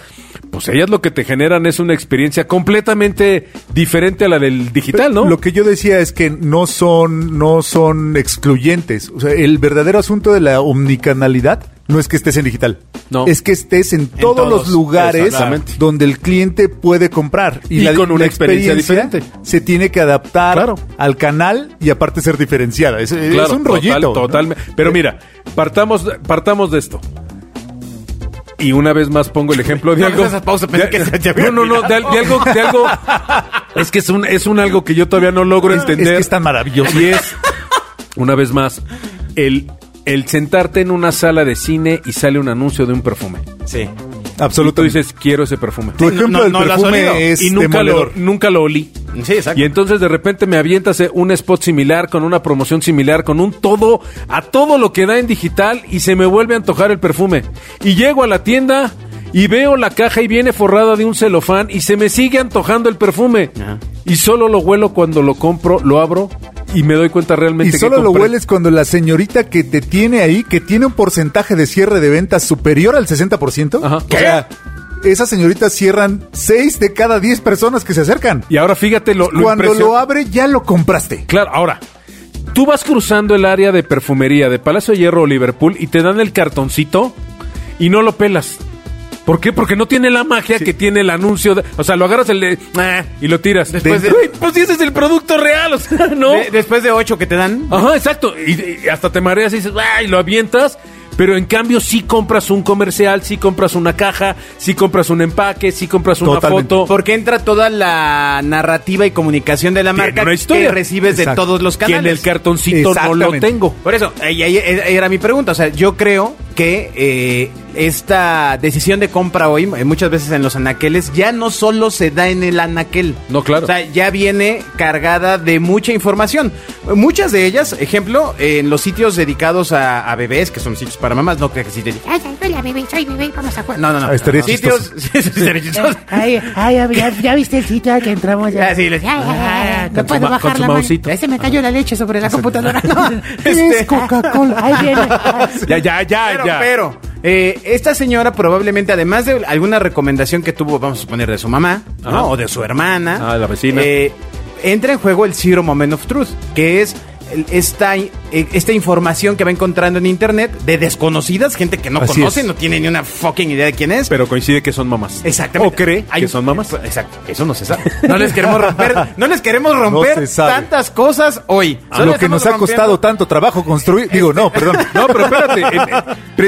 [SPEAKER 4] pues ellas lo que te generan es una experiencia completamente diferente a la del digital, ¿no?
[SPEAKER 3] Lo que yo decía es que no son, no son excluyentes. O sea, el verdadero asunto de la omnicanalidad no es que estés en digital.
[SPEAKER 4] No.
[SPEAKER 3] Es que estés en todos,
[SPEAKER 2] todos,
[SPEAKER 3] los lugares
[SPEAKER 4] exactamente.
[SPEAKER 3] donde el cliente puede comprar.
[SPEAKER 4] Y con una experiencia diferente.
[SPEAKER 3] Se tiene que adaptar
[SPEAKER 4] Claro.
[SPEAKER 3] al canal y aparte ser diferenciada. Es, es
[SPEAKER 4] Claro,
[SPEAKER 3] un rollito.
[SPEAKER 4] Total, totalme- Pero mira, partamos, partamos de esto. Y una vez más pongo el ejemplo de
[SPEAKER 2] No
[SPEAKER 4] algo.
[SPEAKER 2] hagas esas pausas, pensé
[SPEAKER 4] de-
[SPEAKER 2] que se te había
[SPEAKER 4] no, no, no, de, al- de algo, de algo. Es que es un, es un algo que yo todavía no logro
[SPEAKER 3] Es
[SPEAKER 4] entender.
[SPEAKER 3] que es tan maravilloso.
[SPEAKER 4] Y es, una vez más, el, el sentarte en una sala de cine y sale un anuncio de un perfume.
[SPEAKER 2] Sí.
[SPEAKER 4] Solo tú
[SPEAKER 3] Absolutamente.
[SPEAKER 4] dices, quiero ese perfume.
[SPEAKER 3] Tu ejemplo
[SPEAKER 2] No,
[SPEAKER 3] del
[SPEAKER 2] no lo has oído.
[SPEAKER 3] perfume es
[SPEAKER 4] y nunca lo,
[SPEAKER 3] demoledor.
[SPEAKER 4] nunca lo olí.
[SPEAKER 2] Sí, exacto.
[SPEAKER 4] Y entonces de repente me avientas eh, un spot similar, con una promoción similar, con un todo, a todo lo que da en digital y se me vuelve a antojar el perfume. Y llego a la tienda y veo la caja y viene forrada de un celofán y se me sigue antojando el perfume.
[SPEAKER 2] Ajá.
[SPEAKER 4] Y solo lo huelo cuando lo compro, lo abro y me doy cuenta realmente
[SPEAKER 3] Y
[SPEAKER 4] que
[SPEAKER 3] solo lo
[SPEAKER 4] compré.
[SPEAKER 3] hueles cuando la señorita que te tiene ahí, que tiene un porcentaje de cierre de ventas superior al 60%,
[SPEAKER 4] Ajá.
[SPEAKER 3] o sea, esas señoritas cierran 6 de cada 10 personas que se acercan.
[SPEAKER 4] Y ahora fíjate lo, lo
[SPEAKER 3] cuando
[SPEAKER 4] impresio-
[SPEAKER 3] lo abre, ya lo compraste.
[SPEAKER 4] Claro, ahora, tú vas cruzando el área de perfumería de Palacio de Hierro o Liverpool y te dan el cartoncito y no lo pelas. ¿Por qué? Porque no tiene la magia que tiene el anuncio. de- o sea, lo agarras el de...
[SPEAKER 2] Eh.
[SPEAKER 4] "Ah", y lo tiras.
[SPEAKER 2] Después de-
[SPEAKER 4] Güey, pues si ese es el producto real, o sea, ¿no?
[SPEAKER 2] De- después de ocho que te dan.
[SPEAKER 4] Ajá, exacto. Y, y hasta te mareas y dices, ¡ay! Lo avientas. Pero en cambio sí compras un comercial, sí compras una caja, sí compras un empaque, sí compras una
[SPEAKER 3] Totalmente.
[SPEAKER 4] foto.
[SPEAKER 2] Porque entra toda la narrativa y comunicación de la
[SPEAKER 4] Tiene
[SPEAKER 2] marca
[SPEAKER 4] una historia.
[SPEAKER 2] que recibes
[SPEAKER 3] Exacto.
[SPEAKER 2] de todos los
[SPEAKER 4] que
[SPEAKER 2] canales.
[SPEAKER 4] en el cartoncito no lo
[SPEAKER 3] Exactamente.
[SPEAKER 4] tengo.
[SPEAKER 2] Por eso, ahí, ahí era mi pregunta. O sea, yo creo que eh, esta decisión de compra hoy, eh, muchas veces en los anaqueles, ya no solo se da en el anaquel.
[SPEAKER 4] No, claro.
[SPEAKER 2] O sea, ya viene cargada de mucha información. Muchas de ellas, ejemplo, en los sitios dedicados a, a bebés, que son sitios para mamás, no creo que sí te
[SPEAKER 6] Ay, ay, hola, bebé, soy bebé, vamos a jugar.
[SPEAKER 2] No, no, no.
[SPEAKER 3] Ah, estaría
[SPEAKER 2] sitios. sí, sí, estaría chistoso.
[SPEAKER 7] Ay, ay, ya, ya viste el sitio al que entramos ya. Ah,
[SPEAKER 2] Ah, sí, les-
[SPEAKER 6] Ay, ay, ay, ay,
[SPEAKER 4] Con
[SPEAKER 6] no
[SPEAKER 4] su
[SPEAKER 6] puedo
[SPEAKER 4] ma- con
[SPEAKER 6] bajar
[SPEAKER 4] su
[SPEAKER 6] la mano.
[SPEAKER 4] mausito.
[SPEAKER 6] Se me cayó la leche sobre la computadora. No.
[SPEAKER 2] Este-
[SPEAKER 7] Es Coca-Cola. Ahí viene. Ah,
[SPEAKER 4] Ya, ya, ya,
[SPEAKER 2] pero,
[SPEAKER 4] ya.
[SPEAKER 2] pero, eh, esta señora probablemente, además de alguna recomendación que tuvo, vamos a suponer, de su mamá, ¿no?
[SPEAKER 4] Ajá.
[SPEAKER 2] O de su hermana.
[SPEAKER 4] Ah, la vecina.
[SPEAKER 2] eh, entra en juego el Zero Moment of Truth, que es el- esta, eh, esta información que va encontrando en internet de desconocidas, gente que no
[SPEAKER 3] Así
[SPEAKER 2] conoce,
[SPEAKER 3] es.
[SPEAKER 2] no tiene ni una fucking idea de quién es.
[SPEAKER 4] Pero coincide que son mamás.
[SPEAKER 2] Exactamente.
[SPEAKER 4] O cree
[SPEAKER 2] Hay-
[SPEAKER 4] que son mamás.
[SPEAKER 3] pues.
[SPEAKER 2] Exacto, eso no se sabe. No les queremos romper, no les queremos romper
[SPEAKER 3] se sabe.
[SPEAKER 2] tantas cosas hoy.
[SPEAKER 3] A
[SPEAKER 2] Ah. Solo
[SPEAKER 3] lo
[SPEAKER 2] les
[SPEAKER 3] que
[SPEAKER 2] estamos
[SPEAKER 3] nos ha costado
[SPEAKER 2] rompiendo- Este.
[SPEAKER 3] tanto trabajo construir. Digo, no, perdón.
[SPEAKER 4] No, pero espérate. en- en-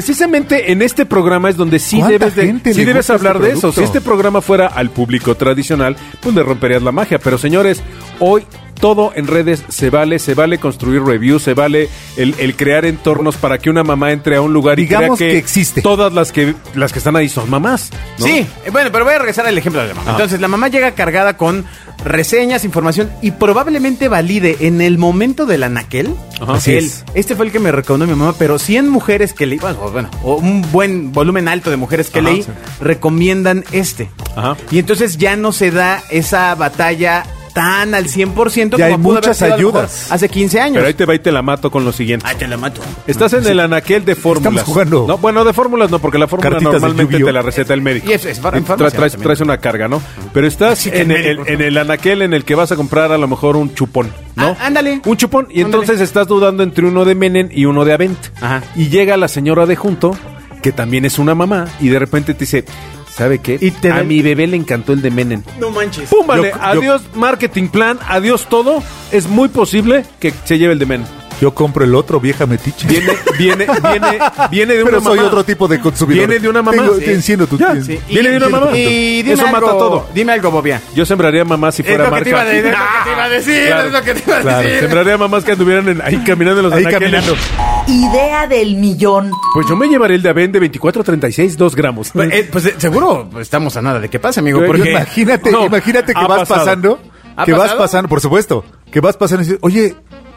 [SPEAKER 4] precisamente en este programa es donde sí
[SPEAKER 3] ¿Cuánta
[SPEAKER 4] debes, de,
[SPEAKER 3] gente
[SPEAKER 4] sí
[SPEAKER 3] le
[SPEAKER 4] debes
[SPEAKER 3] gusta este
[SPEAKER 4] hablar de eso.
[SPEAKER 3] producto?
[SPEAKER 4] Si este programa fuera al público tradicional, pues le romperías la magia. Pero señores, hoy todo en redes se vale. Se vale construir reviews, se vale el, el crear entornos para que una mamá entre a un lugar y
[SPEAKER 3] Digamos
[SPEAKER 4] crea que,
[SPEAKER 3] que existe.
[SPEAKER 4] todas las que, las que están ahí son mamás. ¿no? Ah.
[SPEAKER 2] Sí, eh, bueno, pero voy a regresar al ejemplo de la mamá. Entonces, la mamá llega cargada con reseñas, información y probablemente valide en el momento del anaquel.
[SPEAKER 4] Ajá.
[SPEAKER 2] el-
[SPEAKER 4] Así es.
[SPEAKER 2] Este fue el que me recomendó mi mamá, pero 100 mujeres que leí, bueno, o bueno, o un buen volumen alto de mujeres que
[SPEAKER 4] Ajá,
[SPEAKER 2] leí,
[SPEAKER 4] sí.
[SPEAKER 2] recomiendan este.
[SPEAKER 4] Ajá.
[SPEAKER 2] Y entonces ya no se da esa batalla tan al 100%
[SPEAKER 3] Ya hay
[SPEAKER 2] pudo haber
[SPEAKER 3] muchas
[SPEAKER 2] sido a lo mejor
[SPEAKER 3] ayudas.
[SPEAKER 2] hace 15 años.
[SPEAKER 4] Pero ahí te va y te la mato con lo siguiente.
[SPEAKER 2] Ay, te la mato.
[SPEAKER 4] Estás en el anaquel de fórmulas.
[SPEAKER 3] jugando.
[SPEAKER 4] No, bueno, de fórmulas no, porque la fórmula
[SPEAKER 3] Cartitas de
[SPEAKER 4] normalmente
[SPEAKER 3] Yu-Gi-Oh.
[SPEAKER 4] te la receta el médico.
[SPEAKER 2] Y es- es far-
[SPEAKER 4] Tra-
[SPEAKER 2] farmacia
[SPEAKER 4] traes,
[SPEAKER 2] también.
[SPEAKER 4] traes una carga, ¿no? Pero estás
[SPEAKER 2] Sí, que
[SPEAKER 4] en,
[SPEAKER 2] el
[SPEAKER 4] el,
[SPEAKER 2] médico.
[SPEAKER 4] en el anaquel en el que vas a comprar a lo mejor un chupón, ¿no?
[SPEAKER 2] Ah, ándale.
[SPEAKER 4] Un chupón.
[SPEAKER 2] Ándale.
[SPEAKER 4] Y entonces estás dudando entre uno de Menem y uno de Avent.
[SPEAKER 2] Ajá.
[SPEAKER 4] Y llega la señora de junto, que también es una mamá, y de repente te dice, ¿sabe qué?
[SPEAKER 2] Y te
[SPEAKER 4] a
[SPEAKER 2] ven-
[SPEAKER 4] mi bebé le encantó el de Menem.
[SPEAKER 2] No manches.
[SPEAKER 4] ¡Pum! Vale,
[SPEAKER 3] Yo- yo-
[SPEAKER 4] adiós marketing plan, adiós todo. Es muy posible que se lleve el de Menem.
[SPEAKER 3] Yo compro el otro, vieja metiche.
[SPEAKER 4] Viene, viene, viene, viene de una
[SPEAKER 3] Pero
[SPEAKER 4] mamá.
[SPEAKER 3] soy otro tipo de consumidor.
[SPEAKER 4] Viene de una mamá.
[SPEAKER 3] Tengo-
[SPEAKER 4] Sí.
[SPEAKER 3] te enciendo tu-
[SPEAKER 4] Ya,
[SPEAKER 3] te-
[SPEAKER 4] sí. Viene de una
[SPEAKER 3] te-
[SPEAKER 4] mamá.
[SPEAKER 2] Y dime
[SPEAKER 4] Eso
[SPEAKER 2] algo,
[SPEAKER 4] mata todo.
[SPEAKER 2] Dime algo, Bobia.
[SPEAKER 4] Yo sembraría mamás si
[SPEAKER 2] Es
[SPEAKER 4] fuera
[SPEAKER 2] lo que
[SPEAKER 4] marca.
[SPEAKER 2] te iba a decir, es lo que te iba a decir,
[SPEAKER 4] Claro,
[SPEAKER 2] es lo que te iba a
[SPEAKER 4] claro.
[SPEAKER 2] decir.
[SPEAKER 4] Sembraría mamás que anduvieran en- ahí caminando en los
[SPEAKER 3] Ahí
[SPEAKER 4] anaqueles.
[SPEAKER 3] caminando.
[SPEAKER 1] Idea del millón.
[SPEAKER 4] Pues yo me llevaré el de Aven de 24 a 36, 2 gramos.
[SPEAKER 2] Pues, eh, pues, eh, seguro estamos a nada de que pase, amigo.
[SPEAKER 4] Yo-
[SPEAKER 2] Porque
[SPEAKER 4] yo
[SPEAKER 3] Imagínate,
[SPEAKER 4] No,
[SPEAKER 3] imagínate que
[SPEAKER 4] ha
[SPEAKER 3] vas
[SPEAKER 4] pasado.
[SPEAKER 3] pasando,
[SPEAKER 2] ¿Ha
[SPEAKER 3] que vas
[SPEAKER 2] pasado?
[SPEAKER 3] pasando, por supuesto, que vas pasando y dices, oye,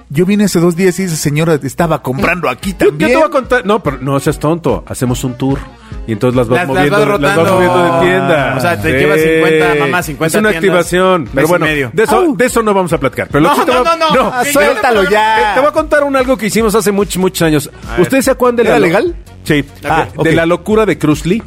[SPEAKER 3] yo vine hace dos días y esa señora estaba comprando aquí
[SPEAKER 4] Yo, yo
[SPEAKER 3] también.
[SPEAKER 4] te voy a contar. No, pero no seas tonto. Hacemos un tour. Y entonces las vas
[SPEAKER 2] Las- las
[SPEAKER 4] moviendo,
[SPEAKER 2] vas rotando.
[SPEAKER 4] moviendo de tienda.
[SPEAKER 2] O sea, te llevas 50 mamás, 50
[SPEAKER 4] Es una
[SPEAKER 2] tiendas,
[SPEAKER 4] activación.
[SPEAKER 2] mes
[SPEAKER 4] Pero
[SPEAKER 2] y
[SPEAKER 4] bueno,
[SPEAKER 2] medio.
[SPEAKER 4] de eso, de eso no vamos a platicar. Pero lo
[SPEAKER 2] No,
[SPEAKER 4] que te
[SPEAKER 2] no,
[SPEAKER 4] voy a- Eh,
[SPEAKER 2] no, no.
[SPEAKER 3] Ah,
[SPEAKER 2] Sí,
[SPEAKER 3] suéltalo
[SPEAKER 4] Te voy a
[SPEAKER 3] ya.
[SPEAKER 4] contar un algo que hicimos hace muchos, muchos años. ¿Ustedes se acuerdan de
[SPEAKER 3] ¿Era
[SPEAKER 4] la lo-
[SPEAKER 3] legal?
[SPEAKER 4] Sí.
[SPEAKER 3] Ah,
[SPEAKER 4] de,
[SPEAKER 3] ok.
[SPEAKER 4] de la locura de Cruz Lee.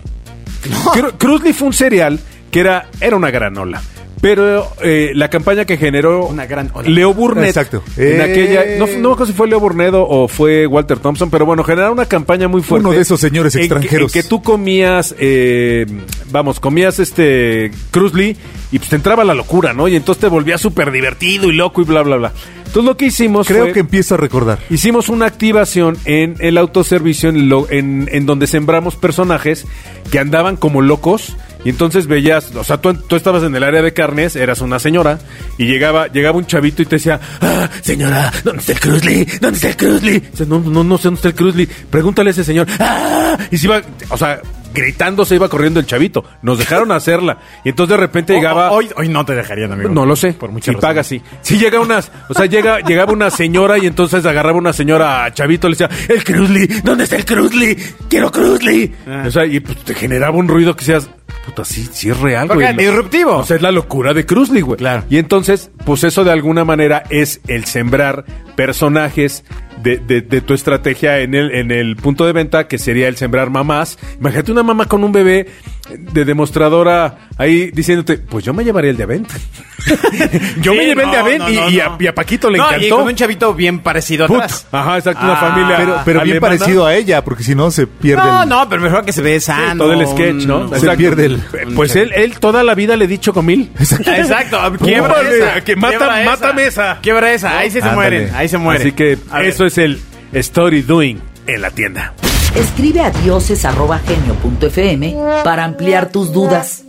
[SPEAKER 4] Cru- Cruz Lee fue un cereal que era, era una granola. Pero eh, la campaña que generó
[SPEAKER 2] Una gran ola.
[SPEAKER 4] Leo Burnett
[SPEAKER 3] Exacto.
[SPEAKER 4] en
[SPEAKER 3] Eh.
[SPEAKER 4] aquella, no, no me acuerdo si fue Leo Burnedo o fue Walter Thompson, pero bueno, generó una campaña muy fuerte.
[SPEAKER 3] Uno de esos señores
[SPEAKER 4] en que-
[SPEAKER 3] extranjeros.
[SPEAKER 4] en Que, tú comías, eh, vamos, comías este Cruzly y pues te entraba la locura, ¿no? Y entonces te volvías súper divertido y loco y bla, bla, bla. Entonces lo que hicimos
[SPEAKER 3] Creo
[SPEAKER 4] fue-
[SPEAKER 3] que empiezo a recordar.
[SPEAKER 4] Hicimos una activación en el autoservicio en, lo- en, en donde sembramos personajes que andaban como locos y entonces veías, o sea, tú, tú estabas en el área de carnes, eras una señora y llegaba llegaba un chavito y te decía, "Ah, señora, ¿dónde está el Cruzly? ¿Dónde está el Cruzly? Dice, No, no, no sé dónde está el Cruzly, pregúntale a ese señor. "Ah", Y se iba, o sea, gritando se iba corriendo el chavito. Nos dejaron hacerla y entonces de repente llegaba...
[SPEAKER 2] Hoy, hoy no te dejarían, amigo.
[SPEAKER 4] No lo sé.
[SPEAKER 2] Por mucha
[SPEAKER 4] si
[SPEAKER 2] razón.
[SPEAKER 4] paga, sí. Si llega unas, o sea, llega, llegaba una señora y entonces agarraba una señora a Chavito, le decía, el Cruzly, ¿dónde está el Cruzly? Quiero Cruzly.
[SPEAKER 2] Ah.
[SPEAKER 4] O sea, y pues, te generaba un ruido que seas, puta, sí, sí es real,
[SPEAKER 2] Porque
[SPEAKER 4] güey.
[SPEAKER 2] es disruptivo.
[SPEAKER 4] O sea, es la locura de Cruzly, güey.
[SPEAKER 2] Claro.
[SPEAKER 4] Y entonces, pues eso de alguna manera es el sembrar personajes. De, de- de tu estrategia en el, en el punto de venta, que sería el sembrar mamás. Imagínate una mamá con un bebé de demostradora ahí diciéndote, pues yo me llevaría el de Avent. Yo
[SPEAKER 2] Sí,
[SPEAKER 4] me llevé el de
[SPEAKER 2] no,
[SPEAKER 4] Avent
[SPEAKER 2] no,
[SPEAKER 4] y,
[SPEAKER 2] no,
[SPEAKER 4] y a,
[SPEAKER 2] no.
[SPEAKER 4] y a Paquito le
[SPEAKER 2] No,
[SPEAKER 4] encantó.
[SPEAKER 2] Y con un chavito bien parecido
[SPEAKER 4] Puta.
[SPEAKER 2] atrás.
[SPEAKER 4] Ajá, exacto, una
[SPEAKER 2] Ah,
[SPEAKER 4] familia.
[SPEAKER 2] pero-
[SPEAKER 3] Pero bien
[SPEAKER 4] alemana.
[SPEAKER 3] parecido a ella, porque si no se pierde.
[SPEAKER 2] No,
[SPEAKER 3] el-
[SPEAKER 2] no, pero mejor que se ve sano.
[SPEAKER 4] Todo el sketch, ¿no?
[SPEAKER 2] un-
[SPEAKER 3] Se
[SPEAKER 4] Exacto.
[SPEAKER 3] pierde el-
[SPEAKER 4] Pues él, él toda la vida le he dicho mil
[SPEAKER 2] Exacto, quiebra
[SPEAKER 4] Órale,
[SPEAKER 2] esa,
[SPEAKER 4] que mata-
[SPEAKER 2] quiebra esa.
[SPEAKER 4] mátame esa.
[SPEAKER 2] Quiebra esa, ahí sí se
[SPEAKER 3] Ándale.
[SPEAKER 2] mueren, ahí se mueren.
[SPEAKER 4] Así que
[SPEAKER 2] A ver.
[SPEAKER 4] eso es el story doing en la tienda.
[SPEAKER 1] Escribe a dioses.genio.fm para ampliar tus dudas.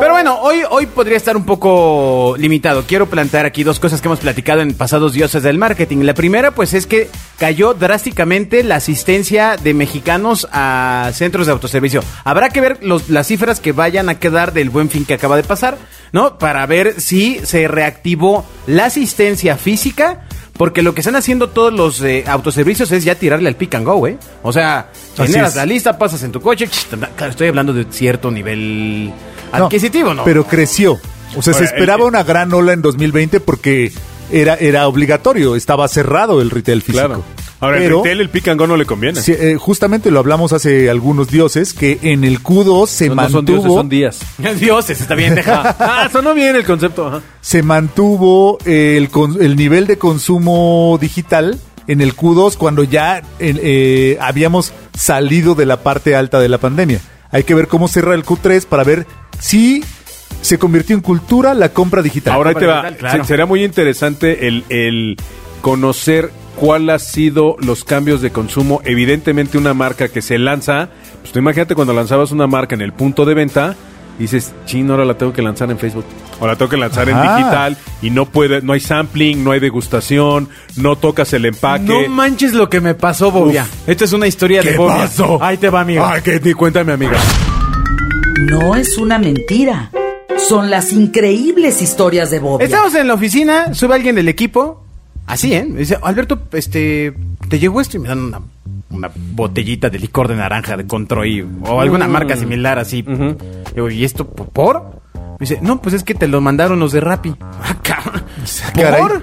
[SPEAKER 2] Pero bueno, hoy, hoy podría estar un poco limitado. Quiero plantear aquí dos cosas que hemos platicado en pasados dioses del marketing. La primera, pues, es que cayó drásticamente la asistencia de mexicanos a centros de autoservicio. Habrá que ver los- las cifras que vayan a quedar del buen fin que acaba de pasar, ¿no? Para ver si se reactivó la asistencia física. Porque lo que están haciendo todos los eh, autoservicios es ya tirarle al pick and go, ¿eh? O sea,
[SPEAKER 3] Así
[SPEAKER 2] generas
[SPEAKER 3] es.
[SPEAKER 2] la lista, pasas en tu coche. Claro, estoy hablando de cierto nivel
[SPEAKER 3] No,
[SPEAKER 2] adquisitivo, ¿no?
[SPEAKER 3] Pero creció. O sea, se
[SPEAKER 4] Ahora,
[SPEAKER 3] esperaba
[SPEAKER 4] el-
[SPEAKER 3] una gran ola en 2020 porque era, era obligatorio, estaba cerrado el retail físico.
[SPEAKER 4] Claro. Ahora,
[SPEAKER 3] Pero-
[SPEAKER 4] el retail, el pick and go no le conviene.
[SPEAKER 3] Sí, eh, justamente lo hablamos hace algunos dioses que en el Q2 se
[SPEAKER 4] No, no
[SPEAKER 3] mantuvo
[SPEAKER 4] son dioses, son días.
[SPEAKER 2] Dioses, está bien, deja.
[SPEAKER 4] Ah, sonó bien el concepto. ajá.
[SPEAKER 3] se mantuvo el, con- el nivel de consumo digital en el Q2 cuando ya eh, eh, habíamos salido de la parte alta de la pandemia. Hay que ver cómo cierra el Q3 para ver si se convirtió en cultura la compra digital.
[SPEAKER 4] Ahora ahí te va.
[SPEAKER 2] Digital, claro.
[SPEAKER 4] Se- Será muy interesante el, el conocer cuál ha sido los cambios de consumo. Evidentemente una marca que se lanza, pues tú imagínate cuando lanzabas una marca en el punto de venta, dices, chin, ahora la tengo que lanzar en Facebook, o la tengo que lanzar
[SPEAKER 3] Ajá.
[SPEAKER 4] en digital y no puede, no hay sampling, no hay degustación, no tocas el empaque.
[SPEAKER 2] No manches lo que me pasó, Bobia.
[SPEAKER 4] Uf.
[SPEAKER 2] Esta es una historia de
[SPEAKER 4] ¿Qué
[SPEAKER 2] Bobia.
[SPEAKER 4] pasó?
[SPEAKER 2] Ahí te va, amigo.
[SPEAKER 4] Ay, que ni cuéntame, amiga.
[SPEAKER 1] No es una mentira. Son las increíbles historias de Bobia.
[SPEAKER 2] Estamos en la oficina, sube alguien del equipo. Así, ¿eh? Me Dice, Alberto, este, te llegó esto y me dan una, una botellita de licor de naranja de Controí o alguna
[SPEAKER 3] Mm.
[SPEAKER 2] marca similar así. Digo, ¿y esto po- por? Me dice, no, pues es que te lo mandaron los de Rappi. Ah, cabrón.
[SPEAKER 3] Caray.
[SPEAKER 2] ¿Por?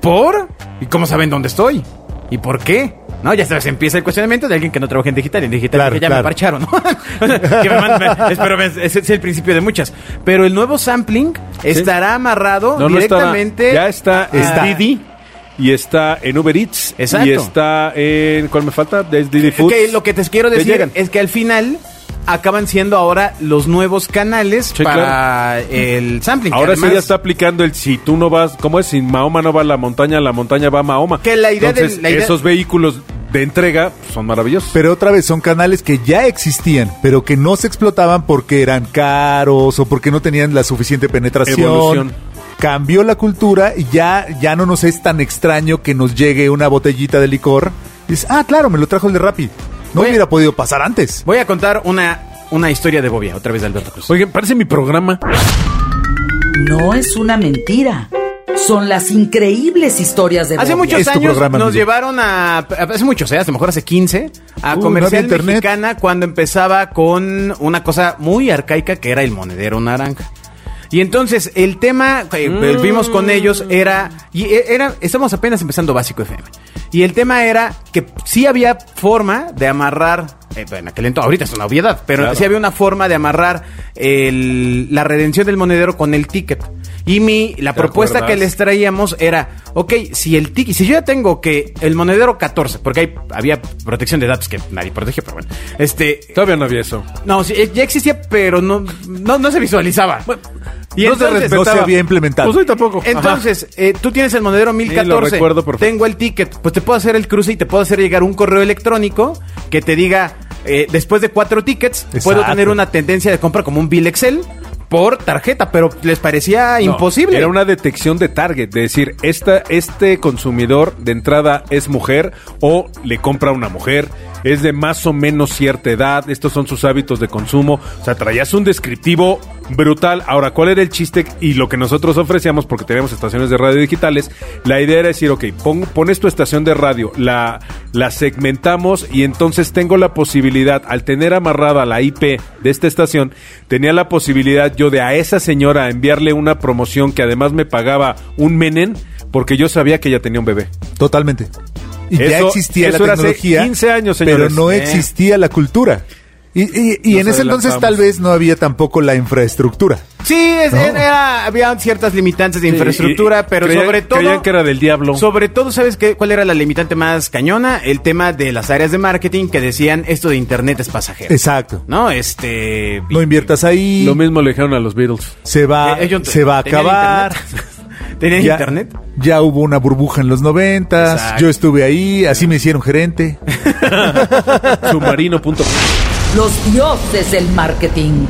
[SPEAKER 2] ¿Por? ¿Y cómo saben dónde estoy? ¿Y por qué? No, ya sabes, empieza el cuestionamiento de alguien que no trabaja en digital. En digital
[SPEAKER 3] Claro,
[SPEAKER 2] dije, ya
[SPEAKER 3] claro.
[SPEAKER 2] me parcharon. ¿no? Que me mandan- espero, es, es- es el principio de muchas. Pero el nuevo sampling estará amarrado
[SPEAKER 4] No, no está-
[SPEAKER 2] directamente.
[SPEAKER 4] ya está, en
[SPEAKER 2] Está.
[SPEAKER 4] Didi y está en Uber Eats
[SPEAKER 2] Exacto.
[SPEAKER 4] y está en ¿cuál me falta? De Didi
[SPEAKER 2] Es
[SPEAKER 4] Foods.
[SPEAKER 2] que lo que te quiero
[SPEAKER 4] Te
[SPEAKER 2] decir
[SPEAKER 4] llegan.
[SPEAKER 2] es que al final acaban siendo ahora los nuevos canales
[SPEAKER 4] Sí,
[SPEAKER 2] para el sampling. que
[SPEAKER 4] Ahora sí
[SPEAKER 2] además-
[SPEAKER 4] ya está aplicando el si tú no vas, ¿cómo es? Si Mahoma no va a la montaña, la montaña va a Mahoma.
[SPEAKER 2] Que la idea
[SPEAKER 4] Entonces,
[SPEAKER 2] del- la idea-
[SPEAKER 4] esos vehículos de entrega pues, son maravillosos.
[SPEAKER 3] Pero otra vez son canales que ya existían, pero que no se explotaban porque eran caros o porque no tenían la suficiente penetración.
[SPEAKER 4] Evolución.
[SPEAKER 3] Cambió la cultura y ya, ya no nos es tan extraño que nos llegue una botellita de licor. Y dices, ah, claro, me lo trajo el de Rappi. No
[SPEAKER 2] Oye.
[SPEAKER 3] hubiera podido pasar antes.
[SPEAKER 2] Voy a contar una, una historia de Bobia, otra vez de Alberto Cruz.
[SPEAKER 4] Oigan, parece mi programa.
[SPEAKER 1] No es una mentira. Son las increíbles historias de
[SPEAKER 2] Hace
[SPEAKER 1] Bobia.
[SPEAKER 2] muchos
[SPEAKER 3] Es tu
[SPEAKER 2] años
[SPEAKER 3] programa,
[SPEAKER 2] nos
[SPEAKER 3] amigo.
[SPEAKER 2] llevaron a, a- hace muchos, ¿eh? a lo mejor hace 15, a
[SPEAKER 3] Uh, no había
[SPEAKER 2] Comercial
[SPEAKER 3] internet.
[SPEAKER 2] Mexicana cuando empezaba con una cosa muy arcaica que era el monedero naranja. Y entonces el tema que vimos con ellos era y e- era estamos apenas empezando básico FM. Y el tema era que sí había forma de amarrar eh, en aquel entonces, ahorita es una obviedad, pero
[SPEAKER 4] Claro.
[SPEAKER 2] sí había una forma de amarrar el- la redención del monedero con el ticket. Y mi, la
[SPEAKER 4] ¿Te
[SPEAKER 2] propuesta
[SPEAKER 4] acuerdas?
[SPEAKER 2] que les traíamos era, ok, si el ticket, si yo ya tengo que el monedero 14, porque hay, había protección de datos que nadie protege, pero bueno, este,
[SPEAKER 4] Todavía no había eso.
[SPEAKER 2] no, sí, eh, ya existía, pero no, no, no se visualizaba. Y
[SPEAKER 3] No se respetaba. No se había implementado.
[SPEAKER 4] Pues hoy tampoco.
[SPEAKER 2] Entonces, eh, tú tienes el monedero 1014.
[SPEAKER 4] Ni lo recuerdo, por favor.
[SPEAKER 2] Tengo el ticket. Pues te puedo hacer el cruce y te puedo hacer llegar un correo electrónico que te diga, eh, después de cuatro tickets, puedo
[SPEAKER 3] Exacto.
[SPEAKER 2] tener una tendencia de compra como un bill Excel por tarjeta, pero les parecía
[SPEAKER 4] No,
[SPEAKER 2] Ah, imposible.
[SPEAKER 4] Era una detección de target, de decir, esta, este consumidor de entrada es mujer o le compra a una mujer, es de más o menos cierta edad, estos son sus hábitos de consumo. O sea, traías un descriptivo brutal. Ahora, ¿cuál era el chiste? Y lo que nosotros ofrecíamos, porque teníamos estaciones de radio digitales, la idea era decir, ok, pon- pones tu estación de radio, la, la segmentamos y entonces tengo la posibilidad, al tener amarrada la IP de esta estación, tenía la posibilidad yo de a esa señora enviarle una promoción que además me pagaba un menen porque yo sabía que ella tenía un bebé.
[SPEAKER 3] Totalmente. Y ya
[SPEAKER 4] Pues, Eso-
[SPEAKER 3] existía
[SPEAKER 4] eso
[SPEAKER 3] la
[SPEAKER 4] era hace
[SPEAKER 3] tecnología.
[SPEAKER 4] 15 años,
[SPEAKER 3] Pero
[SPEAKER 4] señores.
[SPEAKER 3] no
[SPEAKER 4] Eh.
[SPEAKER 3] existía la cultura. Y, y- y
[SPEAKER 4] Nos
[SPEAKER 3] en ese entonces
[SPEAKER 4] adelantamos.
[SPEAKER 3] tal vez no había tampoco la infraestructura.
[SPEAKER 2] Sí, es- era- había ciertas limitantes de
[SPEAKER 4] Sí,
[SPEAKER 2] infraestructura,
[SPEAKER 4] y- y
[SPEAKER 2] pero
[SPEAKER 4] creían-
[SPEAKER 2] sobre todo.
[SPEAKER 4] creían que era del diablo.
[SPEAKER 2] Sobre todo, ¿sabes qué, cuál era la limitante más cañona? El tema de las áreas de marketing que decían esto de internet es pasajero.
[SPEAKER 3] Exacto.
[SPEAKER 2] ¿No? Este.
[SPEAKER 3] No inviertas ahí.
[SPEAKER 4] Lo mismo le dijeron a los Beatles.
[SPEAKER 3] Se va,
[SPEAKER 2] Eh, ellos
[SPEAKER 3] se va a
[SPEAKER 2] tenían
[SPEAKER 3] acabar.
[SPEAKER 2] internet. ¿Tenían internet?
[SPEAKER 3] ya hubo una burbuja en los noventas.
[SPEAKER 2] Exacto.
[SPEAKER 3] Yo estuve ahí. Así me hicieron gerente.
[SPEAKER 4] Submarino.com.
[SPEAKER 1] Los dioses del marketing.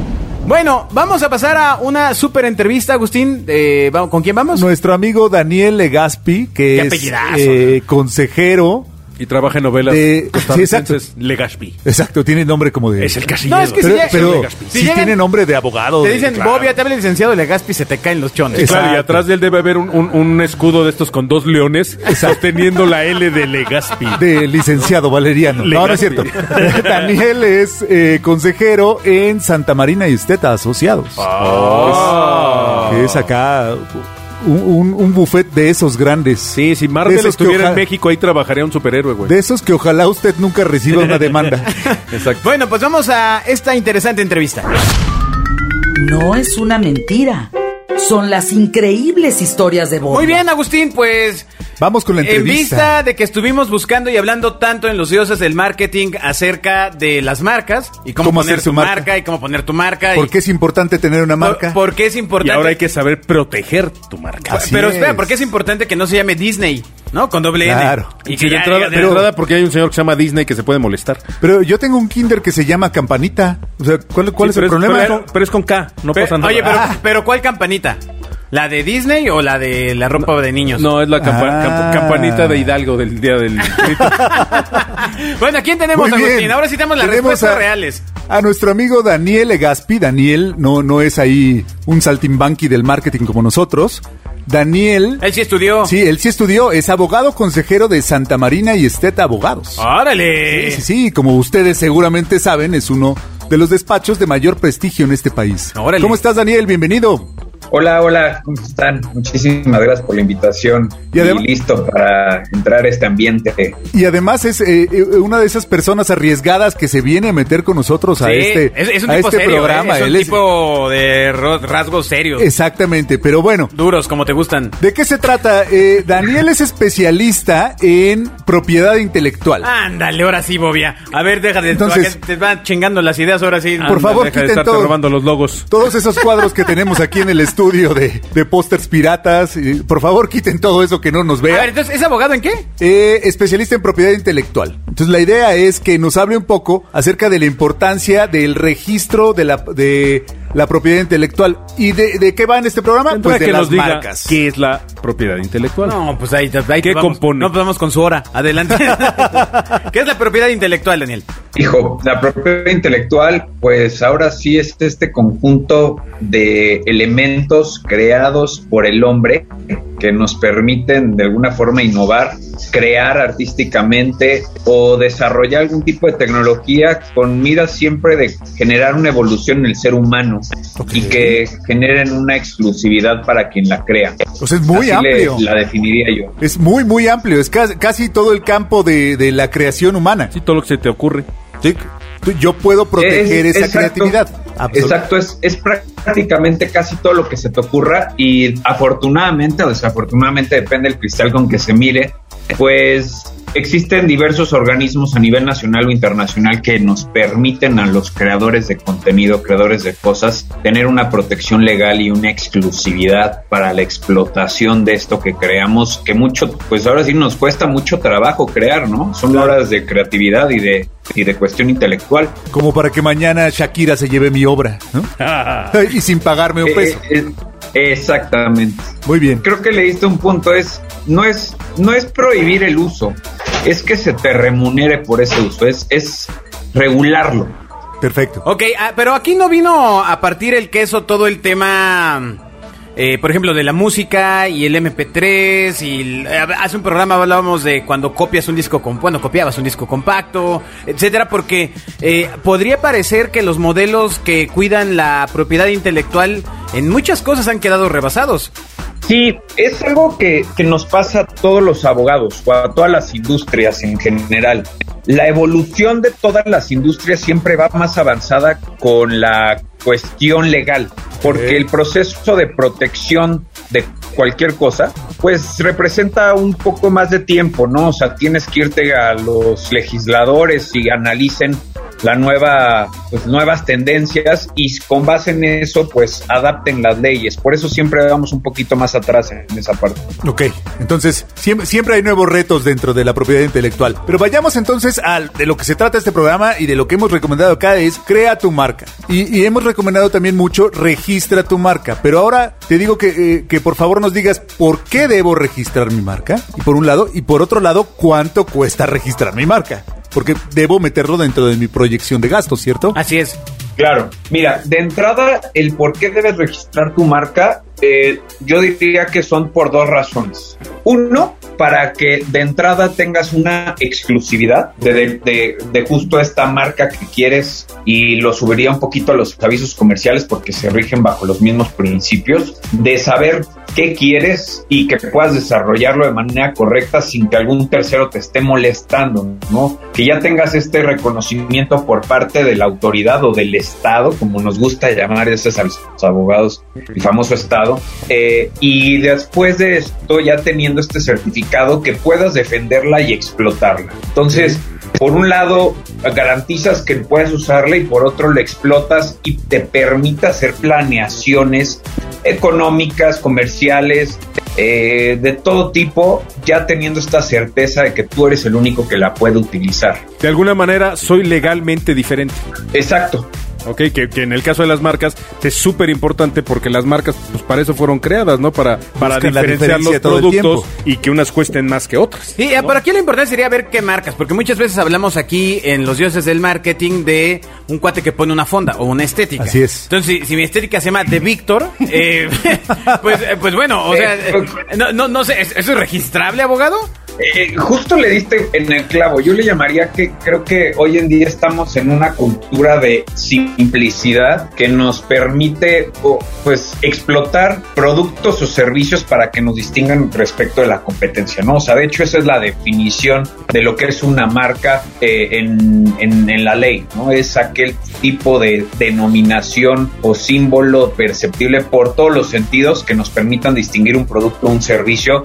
[SPEAKER 2] Bueno, vamos a pasar a una súper entrevista, Agustín. Eh, vamos- ¿Con quién vamos?
[SPEAKER 3] Nuestro amigo Daniel Legaspi, que
[SPEAKER 2] Qué
[SPEAKER 3] es
[SPEAKER 2] apellidazo.
[SPEAKER 3] eh, consejero.
[SPEAKER 4] Y trabaja en novelas.
[SPEAKER 3] De-
[SPEAKER 4] costarricenses.
[SPEAKER 3] sí,
[SPEAKER 4] Legazpi.
[SPEAKER 3] Exacto, tiene nombre como de.
[SPEAKER 4] Es el casillero.
[SPEAKER 2] No, es que
[SPEAKER 3] pero
[SPEAKER 2] si llega-
[SPEAKER 3] pero
[SPEAKER 2] Legaspi. Si
[SPEAKER 3] sí
[SPEAKER 2] llegan-
[SPEAKER 3] tiene nombre de abogado.
[SPEAKER 2] Te
[SPEAKER 3] de-
[SPEAKER 2] dicen,
[SPEAKER 3] claro.
[SPEAKER 2] Bob, ya te habla el licenciado Legaspi, se te caen los chones.
[SPEAKER 3] Es-
[SPEAKER 4] Claro, y
[SPEAKER 3] Exacto.
[SPEAKER 4] atrás de él debe haber un, un- un escudo de estos con dos leones sosteniendo la L de Legazpi.
[SPEAKER 3] de licenciado Valeriano. No, no es cierto.
[SPEAKER 4] Legaspi.
[SPEAKER 3] Daniel es eh, consejero en Santa Marina y Esteta Asociados. Que es acá un, un- un buffet de esos grandes.
[SPEAKER 4] Sí, si
[SPEAKER 3] De
[SPEAKER 4] Marvel
[SPEAKER 3] esos que
[SPEAKER 4] estuviera en
[SPEAKER 3] oja-
[SPEAKER 4] México, ahí trabajaría un superhéroe, güey.
[SPEAKER 3] De esos que ojalá usted nunca reciba una demanda.
[SPEAKER 4] Exacto.
[SPEAKER 2] Bueno, pues vamos a esta interesante entrevista.
[SPEAKER 1] No es una mentira. Son las increíbles historias de Bob.
[SPEAKER 2] Muy bien, Agustín, pues.
[SPEAKER 3] Vamos con la
[SPEAKER 2] En
[SPEAKER 3] entrevista.
[SPEAKER 2] vista de que estuvimos buscando y hablando tanto en los dioses del marketing acerca de las marcas y cómo,
[SPEAKER 3] Cómo
[SPEAKER 2] poner
[SPEAKER 3] hacer su
[SPEAKER 2] tu
[SPEAKER 3] marca.
[SPEAKER 2] marca. y cómo poner tu marca.
[SPEAKER 3] ¿Por qué es importante tener una marca?
[SPEAKER 2] Porque es importante.
[SPEAKER 4] Y ahora hay que saber proteger tu marca.
[SPEAKER 3] Así
[SPEAKER 2] pero espera,
[SPEAKER 3] es.
[SPEAKER 2] porque es importante que no se llame Disney, ¿no? Con doble N.
[SPEAKER 3] Claro.
[SPEAKER 2] Y
[SPEAKER 4] Sí,
[SPEAKER 2] que
[SPEAKER 4] de
[SPEAKER 2] ya
[SPEAKER 4] entrada,
[SPEAKER 2] diga-
[SPEAKER 4] de entrada porque hay un señor que se llama Disney que se puede molestar.
[SPEAKER 3] Pero yo tengo un kinder que se llama Campanita. O sea, ¿cuál, cuál
[SPEAKER 4] Sí,
[SPEAKER 3] es el
[SPEAKER 4] pero
[SPEAKER 3] problema?
[SPEAKER 4] Pero, pero es con K, no
[SPEAKER 3] pues,
[SPEAKER 2] Pe-
[SPEAKER 4] pasa nada.
[SPEAKER 2] Oye, pero,
[SPEAKER 4] Ah.
[SPEAKER 2] pero ¿cuál campanita? ¿La de Disney o la de la ropa de niños?
[SPEAKER 4] No, es la campa-
[SPEAKER 3] Ah.
[SPEAKER 4] camp- campanita de Hidalgo del día del grito.
[SPEAKER 2] Bueno, ¿a quién tenemos,
[SPEAKER 3] Muy bien.
[SPEAKER 2] Agustín? Ahora sí tenemos las
[SPEAKER 3] Tenemos
[SPEAKER 2] respuestas
[SPEAKER 3] a-
[SPEAKER 2] reales.
[SPEAKER 3] A nuestro amigo Daniel Egaspi. Daniel no, no es ahí un saltimbanqui del marketing como nosotros. Daniel.
[SPEAKER 2] Él sí estudió.
[SPEAKER 3] Sí, él sí estudió. Es abogado consejero de Santa Marina y Esteta Abogados.
[SPEAKER 2] Ah, ¡Órale!
[SPEAKER 3] Sí, sí, como ustedes seguramente saben, es uno de los despachos de mayor prestigio en este país.
[SPEAKER 2] Órale.
[SPEAKER 3] ¿Cómo estás, Daniel? Bienvenido.
[SPEAKER 8] Hola, hola, ¿cómo están? Muchísimas gracias por la invitación
[SPEAKER 3] Y
[SPEAKER 8] y,
[SPEAKER 3] adem-
[SPEAKER 8] listo para entrar a este ambiente.
[SPEAKER 3] Y además es eh, eh, una de esas personas arriesgadas que se viene a meter con nosotros a
[SPEAKER 2] Sí,
[SPEAKER 3] este,
[SPEAKER 2] es, es un
[SPEAKER 3] a
[SPEAKER 2] tipo
[SPEAKER 3] este
[SPEAKER 2] serio,
[SPEAKER 3] programa.
[SPEAKER 2] ¿eh? es un
[SPEAKER 3] Él es-
[SPEAKER 2] tipo de ro- rasgos serios,
[SPEAKER 3] Exactamente, pero bueno.
[SPEAKER 2] duros como te gustan.
[SPEAKER 3] ¿De qué se trata? Eh, Daniel es especialista en propiedad intelectual.
[SPEAKER 2] Ándale, ahora sí, Bobia. A ver, deja de
[SPEAKER 3] Entonces-
[SPEAKER 2] te van chingando las ideas ahora sí.
[SPEAKER 3] Por favor,
[SPEAKER 4] deja de
[SPEAKER 3] quiten
[SPEAKER 4] estarte
[SPEAKER 3] todo.
[SPEAKER 4] robando los logos.
[SPEAKER 3] Todos esos cuadros que tenemos aquí en el estudio de, de pósters piratas, eh, por favor quiten todo eso que no nos
[SPEAKER 2] A ver,
[SPEAKER 3] vea.
[SPEAKER 2] entonces, ¿es abogado en qué?
[SPEAKER 3] Eh, especialista en propiedad intelectual. Entonces la idea es que nos hable un poco acerca de la importancia del registro de la, de la propiedad intelectual. ¿Y de, de qué va en este programa?
[SPEAKER 4] Entonces,
[SPEAKER 3] Pues de
[SPEAKER 4] que
[SPEAKER 3] las
[SPEAKER 4] nos diga
[SPEAKER 3] marcas.
[SPEAKER 4] qué es la propiedad intelectual.
[SPEAKER 2] No, pues ahí, te- ahí
[SPEAKER 4] ¿Qué
[SPEAKER 2] te vamos.
[SPEAKER 4] compone?
[SPEAKER 2] No, pues vamos con su hora. Adelante. ¿Qué es la propiedad intelectual, Daniel?
[SPEAKER 8] Hijo, la propiedad intelectual, pues ahora sí es este conjunto de elementos creados por el hombre que nos permiten de alguna forma innovar, crear artísticamente o desarrollar algún tipo de tecnología con miras siempre de generar una evolución en el ser humano y que generen una exclusividad para quien la crea.
[SPEAKER 3] O sea, es muy
[SPEAKER 8] Así le-
[SPEAKER 3] amplio.
[SPEAKER 8] la definiría yo.
[SPEAKER 3] Es muy, muy amplio. Es casi, casi todo el campo de, de la creación humana.
[SPEAKER 4] Sí, todo lo que se te ocurre.
[SPEAKER 3] Sí. Tú- Yo puedo proteger
[SPEAKER 8] Es-
[SPEAKER 3] esa
[SPEAKER 8] Eh, exacto.
[SPEAKER 3] creatividad. Absolut-
[SPEAKER 8] Exacto, es, es prácticamente casi todo lo que se te ocurra y afortunadamente o desafortunadamente depende del cristal con que se mire, pues existen diversos organismos a nivel nacional o internacional que nos permiten a los creadores de contenido, creadores de cosas, tener una protección legal y una exclusividad para la explotación de esto que creamos, que mucho, pues ahora sí nos cuesta mucho trabajo crear, ¿no? Son horas de creatividad y de, y de cuestión intelectual.
[SPEAKER 3] Como para que mañana Shakira se lleve mi obra, ¿no? y sin pagarme un
[SPEAKER 8] Eh,
[SPEAKER 3] peso.
[SPEAKER 8] eh, exactamente.
[SPEAKER 3] Muy bien.
[SPEAKER 8] Creo que le diste un punto, es no es no es prohibir el uso, es que se te remunere por ese uso, es es regularlo.
[SPEAKER 3] Perfecto.
[SPEAKER 2] Ok, ah, pero aquí no vino a partir el queso todo el tema, eh, por ejemplo, de la música y el MP3. Y el- eh, hace un programa hablábamos de cuando copias un disco, con, cuando copiabas un disco compacto, etcétera, porque eh, podría parecer que los modelos que cuidan la propiedad intelectual en muchas cosas han quedado rebasados.
[SPEAKER 8] Sí, es algo que, que nos pasa a todos los abogados o a todas las industrias en general. La evolución de todas las industrias siempre va más avanzada con la cuestión legal, porque el proceso de protección de cualquier cosa, pues representa un poco más de tiempo, ¿no? O sea, tienes que irte a los legisladores y analicen la nueva, pues, nuevas tendencias y con base en eso, pues adapten las leyes. Por eso siempre vamos un poquito más atrás en esa parte.
[SPEAKER 3] Ok. Entonces, siempre, siempre hay nuevos retos dentro de la propiedad intelectual. Pero vayamos entonces al de lo que se trata este programa y de lo que hemos recomendado acá es crea tu marca. Y, y hemos recomendado también mucho registra tu marca. Pero ahora te digo que, eh, que por favor nos digas por qué debo registrar mi marca. Y por un lado, y por otro lado, cuánto cuesta registrar mi marca. Porque debo meterlo dentro de mi proyección de gastos, ¿cierto?
[SPEAKER 2] Así es.
[SPEAKER 8] Claro, mira, de entrada, el por qué debes registrar tu marca, eh, yo diría que son por dos razones. Uno, para que de entrada tengas una exclusividad de, de- de- de justo esta marca que quieres y lo subiría un poquito a los avisos comerciales porque se rigen bajo los mismos principios, de saber qué quieres y que puedas desarrollarlo de manera correcta sin que algún tercero te esté molestando, ¿no? Que ya tengas este reconocimiento por parte de la autoridad o del Estado, como nos gusta llamar esos a los abogados, el famoso Estado, eh, y después de esto ya teniendo este certificado que puedas defenderla y explotarla. Entonces, por un lado, garantizas que puedes usarla y por otro, la explotas y te permite hacer planeaciones económicas, comerciales, eh, de todo tipo, ya teniendo esta certeza de que tú eres el único que la puede utilizar.
[SPEAKER 4] De alguna manera soy legalmente diferente.
[SPEAKER 8] Exacto.
[SPEAKER 4] Ok, que, que en el caso de las marcas es súper importante porque las marcas, pues para eso fueron creadas, ¿no? Para, para
[SPEAKER 3] Buscan la
[SPEAKER 4] diferenciar los
[SPEAKER 3] diferencia todo el
[SPEAKER 4] productos y que unas cuesten más que otras.
[SPEAKER 2] Sí, eh, pero aquí lo importante sería ver qué marcas, porque muchas veces hablamos aquí en los dioses del marketing de un cuate que pone una fonda o una estética.
[SPEAKER 3] Así es.
[SPEAKER 2] Entonces, si, si mi estética se llama The Victor, eh, pues, eh, pues bueno, o sea, eh, no, no, no sé, ¿es- ¿eso es registrable, abogado?
[SPEAKER 8] Eh, justo le diste en el clavo. Yo le llamaría que creo que hoy en día estamos en una cultura de simplicidad que nos permite o, pues explotar productos o servicios para que nos distingan respecto de la competencia, ¿no? O sea, de hecho esa es la definición de lo que es una marca eh, en, en- en la ley, ¿no? Es aquel tipo de denominación o símbolo perceptible por todos los sentidos que nos permitan distinguir un producto o un servicio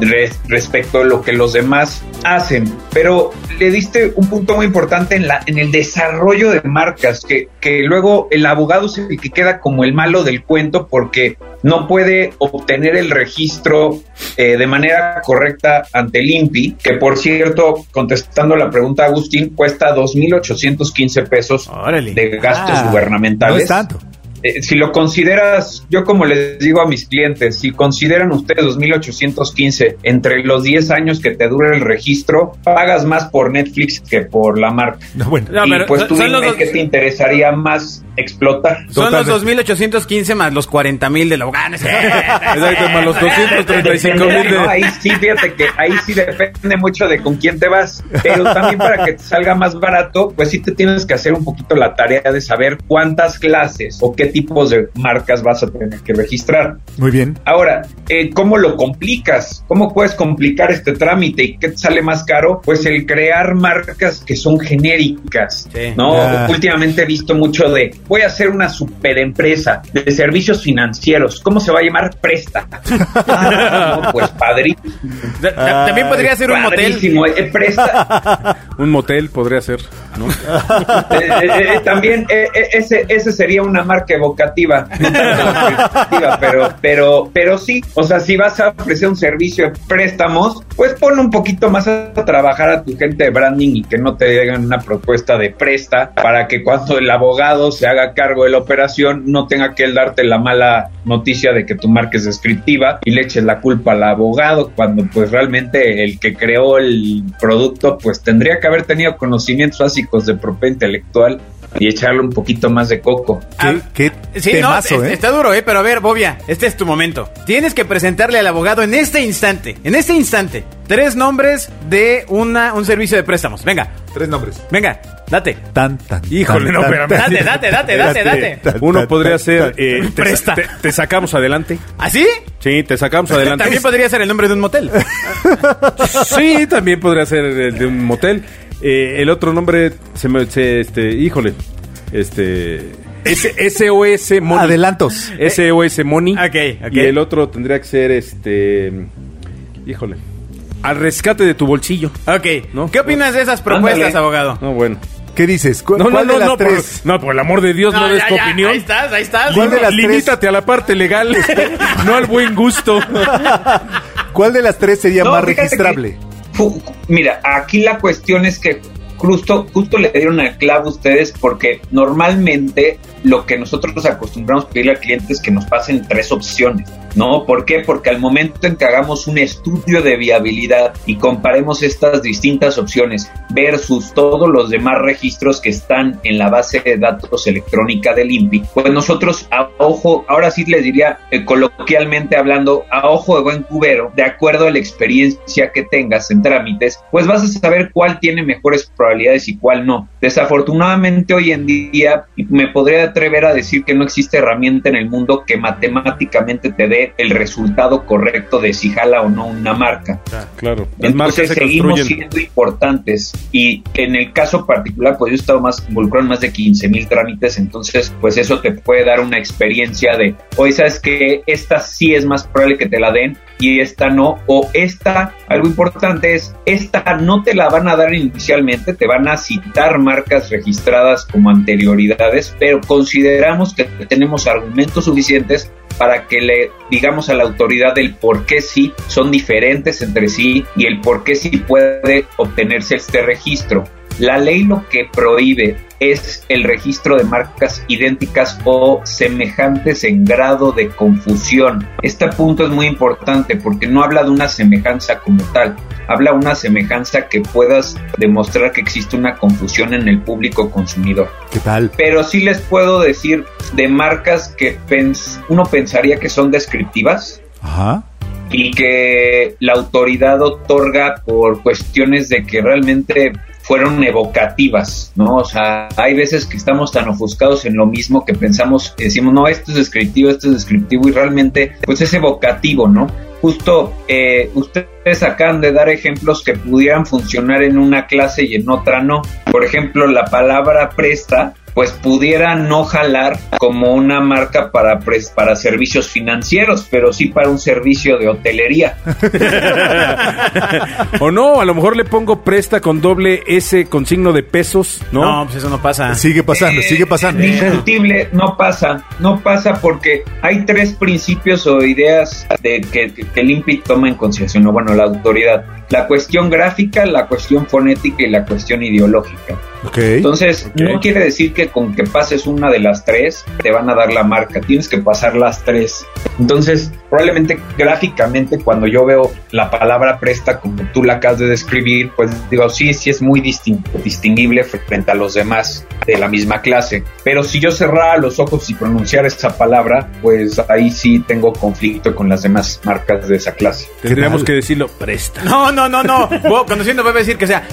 [SPEAKER 8] res- respecto a lo que los demás hacen. Pero le diste un punto muy importante en, la, en el desarrollo de marcas, que, que luego el abogado es el que queda como el malo del cuento porque no puede obtener el registro eh, de manera correcta ante el INPI, que por cierto, contestando la pregunta Agustín, cuesta 2.815 pesos
[SPEAKER 2] Órale.
[SPEAKER 8] de gastos
[SPEAKER 3] Ah,
[SPEAKER 8] gubernamentales.
[SPEAKER 3] No es tanto.
[SPEAKER 8] Eh, si lo consideras, yo como les digo a mis clientes, si consideran ustedes 2815 entre los 10 años que te dura el registro, pagas más por Netflix que por la marca.
[SPEAKER 3] No, bueno.
[SPEAKER 2] No,
[SPEAKER 8] y
[SPEAKER 2] pero
[SPEAKER 8] pues
[SPEAKER 2] son-
[SPEAKER 8] tú
[SPEAKER 2] son
[SPEAKER 8] dime
[SPEAKER 2] los dos-
[SPEAKER 8] que te interesaría más explotar.
[SPEAKER 2] Son los
[SPEAKER 4] Totalmente.
[SPEAKER 2] 2.815 más los 40.000 de la UGAN.
[SPEAKER 4] Exacto, más los 235 mil
[SPEAKER 8] No,
[SPEAKER 4] de...
[SPEAKER 8] ahí sí, fíjate que ahí sí depende mucho de con quién te vas, pero también para que te salga más barato, pues sí te tienes que hacer un poquito la tarea de saber cuántas clases o qué tipos de marcas vas a tener que registrar.
[SPEAKER 3] Muy bien.
[SPEAKER 8] Ahora, eh, ¿cómo lo complicas? ¿Cómo puedes complicar este trámite y qué te sale más caro? Pues el crear marcas que son genéricas,
[SPEAKER 2] Sí.
[SPEAKER 8] ¿no?
[SPEAKER 3] Ah.
[SPEAKER 8] Últimamente he visto mucho de, voy a hacer una superempresa de servicios financieros. ¿Cómo se va a llamar? Presta. Ah, no, pues padrísimo.
[SPEAKER 2] También podría ser un motel.
[SPEAKER 8] padrísimo. Eh, presta,
[SPEAKER 4] Un motel podría ser, ¿no?
[SPEAKER 8] Eh, eh, eh, también eh, eh, ese, ese sería una marca evocativa, Evocativa, pero, pero, pero sí, o sea, si vas a ofrecer un servicio de préstamos, pues pon un poquito más a trabajar a tu gente de branding y que no te hagan una propuesta de presta para que cuando el abogado se haga cargo de la operación no tenga que él darte la mala noticia de que tu marca es descriptiva y le eches la culpa al abogado cuando pues realmente el que creó el producto pues tendría que haber tenido conocimientos básicos de propiedad intelectual y echarle un poquito más de coco.
[SPEAKER 2] Ah,
[SPEAKER 3] Qué, qué
[SPEAKER 2] Sí, no,
[SPEAKER 3] temazo,
[SPEAKER 2] es-
[SPEAKER 3] ¿eh?
[SPEAKER 2] está duro, ¿eh? Pero a ver, Bobia, este es tu momento. Tienes que presentarle al abogado en este instante, en este instante, tres nombres de una, un servicio de préstamos. Venga,
[SPEAKER 3] Tres nombres.
[SPEAKER 2] venga, date.
[SPEAKER 3] Tan, tan.
[SPEAKER 4] Híjole,
[SPEAKER 3] tan,
[SPEAKER 4] no,
[SPEAKER 3] tan,
[SPEAKER 4] espérame.
[SPEAKER 3] tan.
[SPEAKER 2] Date, date, date, date, date.
[SPEAKER 3] Tan,
[SPEAKER 4] Uno
[SPEAKER 3] tan,
[SPEAKER 4] podría
[SPEAKER 3] tan,
[SPEAKER 4] ser...
[SPEAKER 3] tan.
[SPEAKER 4] eh, te,
[SPEAKER 2] Presta.
[SPEAKER 4] te- te sacamos adelante.
[SPEAKER 2] ¿Así?
[SPEAKER 4] Sí, te sacamos adelante.
[SPEAKER 2] ¿Ah, También podría ser el nombre de un motel.
[SPEAKER 4] Sí, también podría ser el de un motel. Eh, el otro nombre, se me, se, este, híjole, este, S- SOS Money.
[SPEAKER 3] Adelantos.
[SPEAKER 4] SOS Money.
[SPEAKER 2] Ok, ok.
[SPEAKER 4] Y el otro tendría que ser, este, híjole, al rescate de tu bolsillo.
[SPEAKER 2] Ok,
[SPEAKER 4] No.
[SPEAKER 2] ¿qué opinas de esas propuestas,
[SPEAKER 8] Ándale.
[SPEAKER 2] abogado?
[SPEAKER 4] No, bueno.
[SPEAKER 3] ¿Qué dices? ¿Cu-
[SPEAKER 4] No, no,
[SPEAKER 3] ¿Cuál
[SPEAKER 4] no,
[SPEAKER 3] de las
[SPEAKER 4] no, por,
[SPEAKER 3] tres?
[SPEAKER 4] no, por el amor de Dios, no, des
[SPEAKER 2] ya,
[SPEAKER 4] tu
[SPEAKER 2] ya,
[SPEAKER 4] opinión.
[SPEAKER 2] Ahí estás, ahí estás.
[SPEAKER 3] ¿Cuál de las tres?
[SPEAKER 4] Limítate a la parte legal, este, no al buen gusto.
[SPEAKER 3] ¿Cuál de las tres sería
[SPEAKER 8] No,
[SPEAKER 3] más
[SPEAKER 8] fíjate
[SPEAKER 3] registrable?
[SPEAKER 8] que- Fu- mira, aquí la cuestión es que justo, justo le dieron el clavo a ustedes porque normalmente lo que nosotros nos acostumbramos a pedirle al cliente es que nos pasen tres opciones. ¿No? ¿Por qué? Porque al momento en que hagamos un estudio de viabilidad y comparemos estas distintas opciones versus todos los demás registros que están en la base de datos electrónica del INPI, pues nosotros a ojo, ahora sí les diría eh, coloquialmente hablando, a ojo de buen cubero, de acuerdo a la experiencia que tengas en trámites, pues vas a saber cuál tiene mejores probabilidades y cuál no. Desafortunadamente hoy en día me podría atrever a decir que no existe herramienta en el mundo que matemáticamente te dé el resultado correcto de si jala o no una marca.
[SPEAKER 4] Claro, las marcas
[SPEAKER 8] Entonces
[SPEAKER 4] se
[SPEAKER 8] seguimos
[SPEAKER 4] construyen.
[SPEAKER 8] siendo importantes y en el caso particular pues yo he estado más involucrado en más de 15 mil trámites entonces pues eso te puede dar una experiencia de hoy sabes que esta sí es más probable que te la den y esta no o esta algo importante es esta no te la van a dar inicialmente te van a citar marcas registradas como anterioridades pero consideramos que tenemos argumentos suficientes para que le digamos a la autoridad el por qué sí son diferentes entre sí y el por qué sí puede obtenerse este registro. La ley lo que prohíbe es el registro de marcas idénticas o semejantes en grado de confusión. Este punto es muy importante porque no habla de una semejanza como tal, habla de una semejanza que puedas demostrar que existe una confusión en el público consumidor
[SPEAKER 3] ¿Qué tal?
[SPEAKER 8] pero sí les puedo decir de marcas que pens- uno pensaría que son descriptivas
[SPEAKER 3] Ajá.
[SPEAKER 8] y que la autoridad otorga por cuestiones de que realmente fueron evocativas, ¿no? O sea, hay veces que estamos tan ofuscados en lo mismo que pensamos, que decimos, no, esto es descriptivo, esto es descriptivo y realmente pues es evocativo, ¿no? Justo eh, ustedes acaban de dar ejemplos que pudieran funcionar en una clase y en otra no. Por ejemplo, la palabra presta, pues pudiera no jalar como una marca para, pres- para servicios financieros, pero sí para un servicio de hotelería.
[SPEAKER 4] O no, a lo mejor le pongo presta con doble S con signo de pesos, ¿no?
[SPEAKER 2] No, pues eso no pasa.
[SPEAKER 3] Sigue pasando, sigue pasando.
[SPEAKER 8] Indiscutible, Eh, no pasa, no pasa porque hay tres principios o ideas de que, que- que el INPI toma en consideración, o bueno, la autoridad. La cuestión gráfica, la cuestión fonética y la cuestión ideológica.
[SPEAKER 3] Ok.
[SPEAKER 8] Entonces, no quiere decir que con que pases una de las tres te van a dar la marca, tienes que pasar las tres. Entonces, probablemente gráficamente cuando yo veo la palabra presta como tú la acabas de describir, pues digo, sí, sí es muy distin- distinguible frente a los demás de la misma clase. Pero si yo cerrara los ojos y pronunciara esa palabra, pues ahí sí tengo conflicto con las demás marcas de esa clase.
[SPEAKER 4] Tendríamos que decirlo, presta.
[SPEAKER 2] No, no, no, no. Bo- Conociendo Pepe decir que sea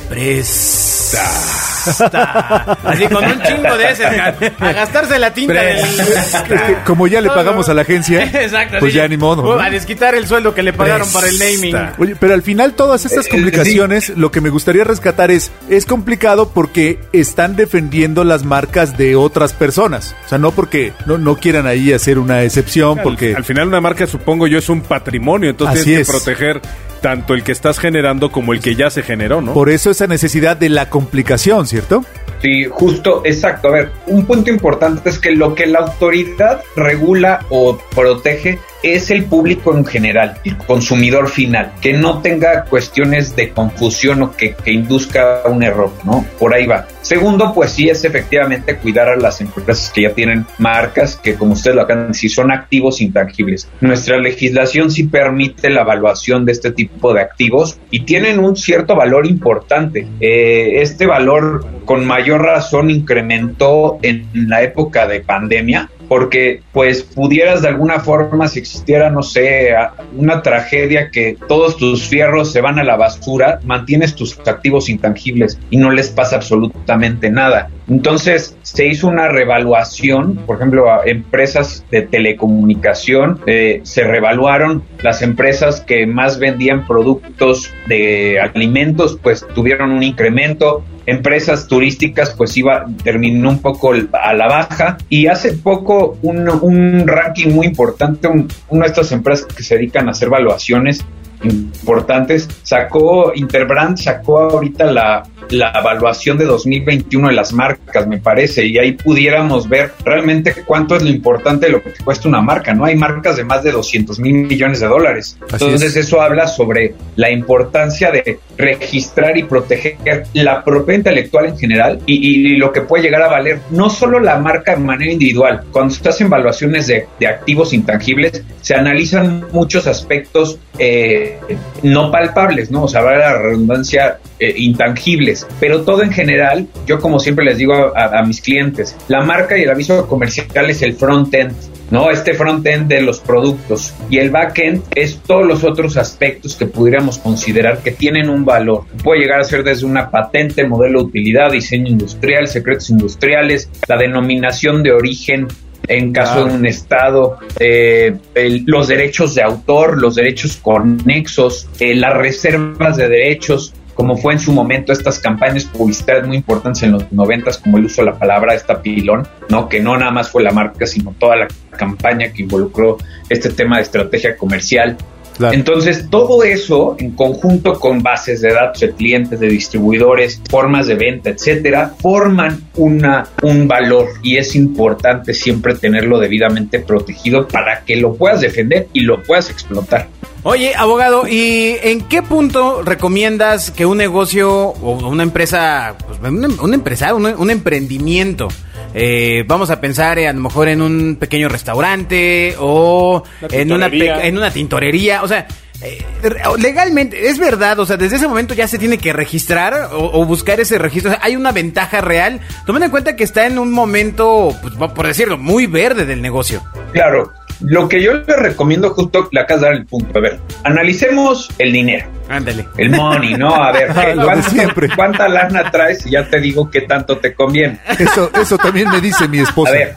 [SPEAKER 2] presta. Así con un chingo de ese a gastarse la tinta
[SPEAKER 3] Es que,
[SPEAKER 2] del.
[SPEAKER 3] este, como ya le pagamos a la agencia,
[SPEAKER 2] Exacto,
[SPEAKER 3] pues
[SPEAKER 2] sí.
[SPEAKER 3] ya ni modo. ¿no?
[SPEAKER 2] A desquitar el sueldo que le pagaron para el naming.
[SPEAKER 3] Oye, pero al final todas estas
[SPEAKER 8] Eh,
[SPEAKER 3] complicaciones, lo que me gustaría rescatar es, es complicado porque están defendiendo las marcas de otras personas. O sea, no porque no, no quieran ahí hacer una excepción, porque...
[SPEAKER 4] Al, al final una marca, supongo yo, es un patrimonio, entonces
[SPEAKER 3] Así es.
[SPEAKER 4] tienes que proteger tanto el que estás generando como el que ya se generó, ¿no?
[SPEAKER 3] Por eso esa necesidad de la complicación, ¿cierto?
[SPEAKER 8] Sí, justo, exacto. A ver, un punto importante es que lo que la autoridad regula o protege es el público en general, el consumidor final, que no tenga cuestiones de confusión o que, que induzca un error, ¿no? Por ahí va. Segundo, pues sí es efectivamente cuidar a las empresas que ya tienen marcas que, como ustedes lo acaban de decir, son activos intangibles. Nuestra legislación sí permite la evaluación de este tipo de activos y tienen un cierto valor importante. Eh, este valor con mayor razón incrementó en la época de pandemia porque pues pudieras de alguna forma si existiera no sé a- una tragedia que todos tus fierros se van a la basura mantienes tus activos intangibles y no les pasa absolutamente nada entonces se hizo una revaluación por ejemplo a empresas de telecomunicación eh, se revaluaron las empresas que más vendían productos de alimentos pues tuvieron un incremento empresas turísticas pues iba terminó un poco a la baja y hace poco un, un ranking muy importante un- una de estas empresas que se dedican a hacer valuaciones importantes sacó Interbrand sacó ahorita la la evaluación de 2021 de las marcas me parece y ahí pudiéramos ver realmente cuánto es lo importante de lo que cuesta una marca no hay marcas de más de 200 mil millones de dólares
[SPEAKER 3] Así
[SPEAKER 8] entonces
[SPEAKER 3] es.
[SPEAKER 8] eso habla sobre la importancia de registrar y proteger la propiedad intelectual en general y, y lo que puede llegar a valer no solo la marca de manera individual. Cuando se hacen evaluaciones de, de activos intangibles, se analizan muchos aspectos eh, no palpables, ¿no? O sea, valga la redundancia, eh, intangibles. Pero todo en general, yo como siempre les digo a- a- a mis clientes, la marca y el aviso comercial es el front-end. ¿no? Este front-end de los productos y el back-end es todos los otros aspectos que pudiéramos considerar que tienen un valor. Puede llegar a ser desde una patente, modelo de utilidad, diseño industrial, secretos industriales, la denominación de origen en caso de un estado, eh, el- los derechos de autor, los derechos conexos, eh, las reservas de derechos, como fue en su momento estas campañas publicitarias muy importantes en los noventas, como el uso de la palabra esta pilón, ¿no? Que no nada más fue la marca, sino toda la campaña que involucró este tema de estrategia comercial.
[SPEAKER 3] Claro.
[SPEAKER 8] Entonces, todo eso en conjunto con bases de datos de clientes, de distribuidores, formas de venta, etcétera, forman una, un valor y es importante siempre tenerlo debidamente protegido para que lo puedas defender y lo puedas explotar.
[SPEAKER 2] Oye, abogado, ¿y en qué punto recomiendas que un negocio o una empresa, pues, un, un empresario, un, un emprendimiento, eh, vamos a pensar eh, a lo mejor en un pequeño restaurante o
[SPEAKER 4] Una
[SPEAKER 2] en una,
[SPEAKER 4] tintorería.
[SPEAKER 2] pe- en una tintorería, o sea... eh, re- legalmente, es verdad, o sea, desde ese momento ya se tiene que registrar o, o buscar ese registro. O sea, hay una ventaja real, tomando en cuenta que está en un momento, pues, va- por decirlo, muy verde del negocio.
[SPEAKER 8] Claro, lo que yo les recomiendo justo, la acabas de dar el punto. A ver, analicemos el dinero.
[SPEAKER 2] Ándale.
[SPEAKER 8] El money, ¿no? A ver, ¿qué-
[SPEAKER 3] Lo de
[SPEAKER 8] cuánto-
[SPEAKER 3] siempre.
[SPEAKER 8] ¿cuánta lana traes? Y ya te digo qué tanto te conviene.
[SPEAKER 3] Eso, eso también me dice mi esposa.
[SPEAKER 8] A ver,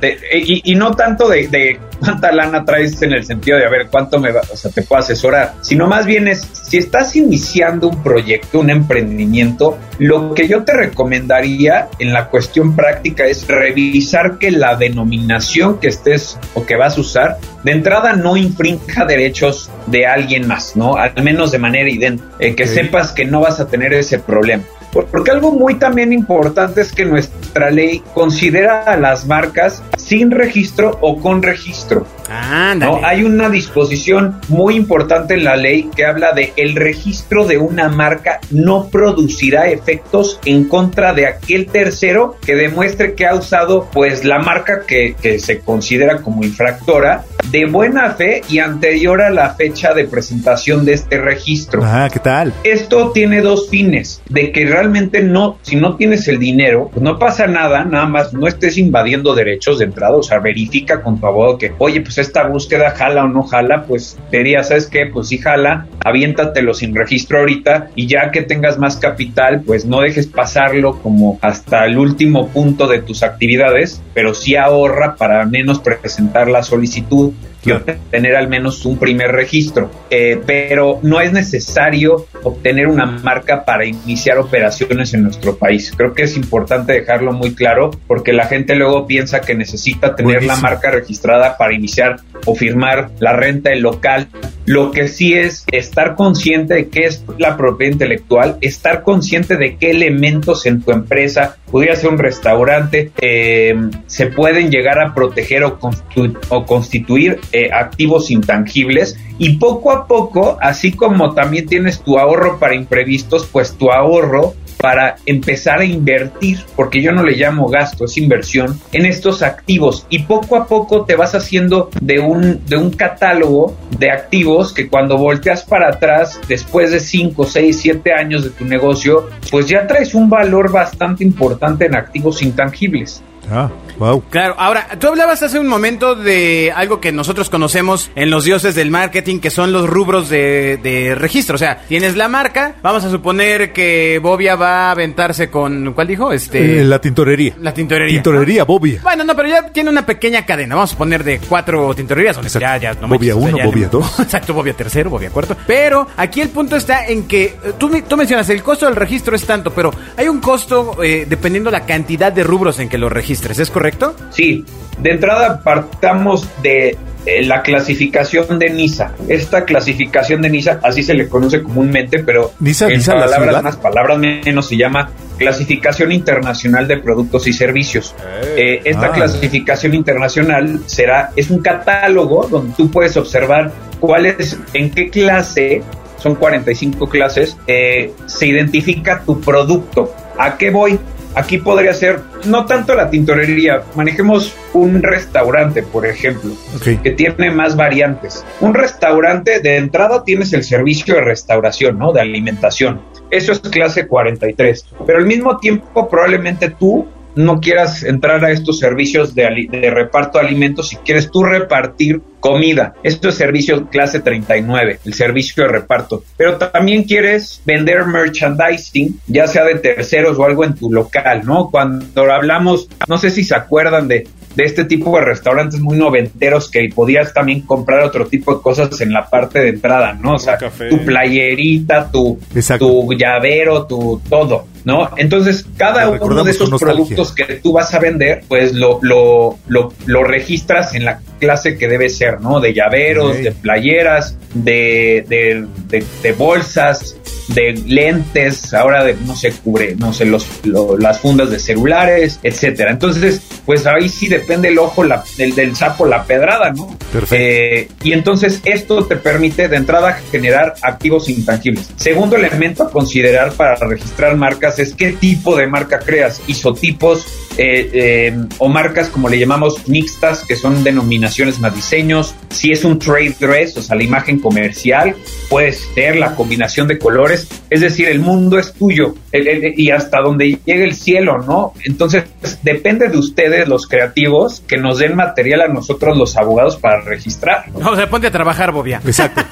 [SPEAKER 8] te- y, y no tanto de, de cuánta lana traes en el sentido de a ver cuánto me va, o sea, te puedo asesorar, sino más bien es si estás iniciando un proyecto, un emprendimiento, lo que yo te recomendaría en la cuestión práctica es revisar que la denominación que estés o que vas a usar de entrada no infrinja derechos de alguien más, ¿no? Al menos de manera idéntica, eh, que
[SPEAKER 3] Ok.
[SPEAKER 8] sepas que no vas a tener ese problema. Por- Porque algo muy también importante es que nuestra nuestra ley considera a las marcas sin registro o con registro.
[SPEAKER 2] Ándale.
[SPEAKER 8] ¿no? Hay una disposición muy importante en la ley que habla de el registro de una marca no producirá efectos en contra de aquel tercero que demuestre que ha usado pues la marca que, que se considera como infractora de buena fe y anterior a la fecha de presentación de este registro.
[SPEAKER 3] Ah, ¿qué tal?
[SPEAKER 8] Esto tiene dos fines, de que realmente no, si no tienes el dinero, pues no pasa nada, nada más no estés invadiendo derechos de entrada, o sea, verifica con tu abogado que, oye, pues esta búsqueda jala o no jala, pues te diría, ¿sabes qué? Pues sí jala, aviéntatelo sin registro ahorita y ya que tengas más capital, pues no dejes pasarlo como hasta el último punto de tus actividades, pero sí ahorra para al menos presentar la solicitud que obtener al menos un primer registro. Eh, pero no es necesario obtener una marca para iniciar operaciones en nuestro país. Creo que es importante dejarlo muy claro porque la gente luego piensa que necesita tener la
[SPEAKER 3] Buenísimo.
[SPEAKER 8] marca registrada para iniciar o firmar la renta del local. Lo que sí es estar consciente de qué es la propiedad intelectual, estar consciente de qué elementos en tu empresa, pudiera ser un restaurante, eh, se pueden llegar a proteger o, constitu- o constituir eh, activos intangibles y poco a poco, así como también tienes tu ahorro para imprevistos, pues tu ahorro para empezar a invertir, porque yo no le llamo gasto, es inversión, en estos activos y poco a poco te vas haciendo de un, de un catálogo de activos que cuando volteas para atrás, después de 5, 6, 7 años de tu negocio, pues ya traes un valor bastante importante en activos intangibles.
[SPEAKER 3] Ah, wow.
[SPEAKER 2] Claro, ahora, tú hablabas hace un momento de algo que nosotros conocemos en los dioses del marketing, que son los rubros de, de registro. O sea, tienes la marca, vamos a suponer que Bobia va a aventarse con, ¿cuál dijo? Este...
[SPEAKER 3] Eh, la tintorería.
[SPEAKER 2] la tintorería.
[SPEAKER 3] Tintorería, Bobby.
[SPEAKER 2] Bueno, no, pero ya tiene una pequeña cadena. Vamos a poner de cuatro tintorerías. donde
[SPEAKER 3] Exacto.
[SPEAKER 2] Ya, ya, no manches, o
[SPEAKER 3] Bobia
[SPEAKER 2] sea,
[SPEAKER 3] uno,
[SPEAKER 2] ya le-
[SPEAKER 3] Bobia dos.
[SPEAKER 2] Exacto, Bobia tercero, Bobia cuarto. Pero aquí el punto está en que eh, tú, me- tú mencionas el costo del registro es tanto, pero hay un costo eh, dependiendo la cantidad de rubros en que lo registres. ¿Es correcto?
[SPEAKER 8] Sí, de entrada partamos de eh, la clasificación de NISA. Esta clasificación de NISA, así se le conoce comúnmente, pero
[SPEAKER 3] NISA,
[SPEAKER 8] en
[SPEAKER 3] NISA, la
[SPEAKER 8] palabras
[SPEAKER 3] ciudad.
[SPEAKER 8] más, palabras menos, se llama Clasificación Internacional de Productos y Servicios. Eh, esta
[SPEAKER 3] Ah.
[SPEAKER 8] clasificación internacional será es un catálogo donde tú puedes observar cuáles, en qué clase son 45 clases, eh, se identifica tu producto. ¿A qué voy? Aquí podría ser no tanto la tintorería, manejemos un restaurante, por ejemplo
[SPEAKER 3] Ok.
[SPEAKER 8] que tiene más variantes. Un restaurante, de entrada tienes el servicio de restauración, ¿no? De alimentación. Eso es clase 43. Pero al mismo tiempo, probablemente tú no quieras entrar a estos servicios de, ali- de reparto de alimentos si quieres tú repartir comida. Esto es servicio clase 39, el servicio de reparto. Pero también quieres vender merchandising, ya sea de terceros o algo en tu local, ¿no? Cuando hablamos, no sé si se acuerdan de de este tipo de restaurantes muy noventeros que podías también comprar otro tipo de cosas en la parte de entrada, ¿no? O sea,
[SPEAKER 4] café.
[SPEAKER 8] tu playerita, tu,
[SPEAKER 3] Exacto.
[SPEAKER 8] tu llavero, tu todo, ¿no? Entonces, cada
[SPEAKER 3] Lo
[SPEAKER 8] uno
[SPEAKER 3] recordamos
[SPEAKER 8] de esos
[SPEAKER 3] con nostalgia.
[SPEAKER 8] productos que tú vas a vender, pues lo, lo, lo, lo registras en la clase que debe ser, ¿no? De llaveros,
[SPEAKER 3] Ok.
[SPEAKER 8] de playeras, de, de, de- de bolsas, de lentes, ahora de, no sé, cubre, no sé, los, lo- las fundas de celulares, etcétera. Entonces, pues ahí sí depende el ojo, la, del, del sapo, la pedrada, ¿no?
[SPEAKER 3] Perfecto.
[SPEAKER 8] Eh, y entonces esto te permite de entrada generar activos intangibles. Segundo elemento a considerar para registrar marcas es qué tipo de marca creas, isotipos eh, eh, o marcas como le llamamos mixtas, que son denominaciones más diseños, si es un trade dress, o sea, la imagen comercial, puede ser la combinación de colores, es decir, el mundo es tuyo el- el- y hasta donde llegue el cielo, ¿no? Entonces, depende de ustedes, los creativos, que nos den material a nosotros, los abogados, para registrar.
[SPEAKER 2] O sea, ponte a trabajar, Bobia.
[SPEAKER 3] Exacto.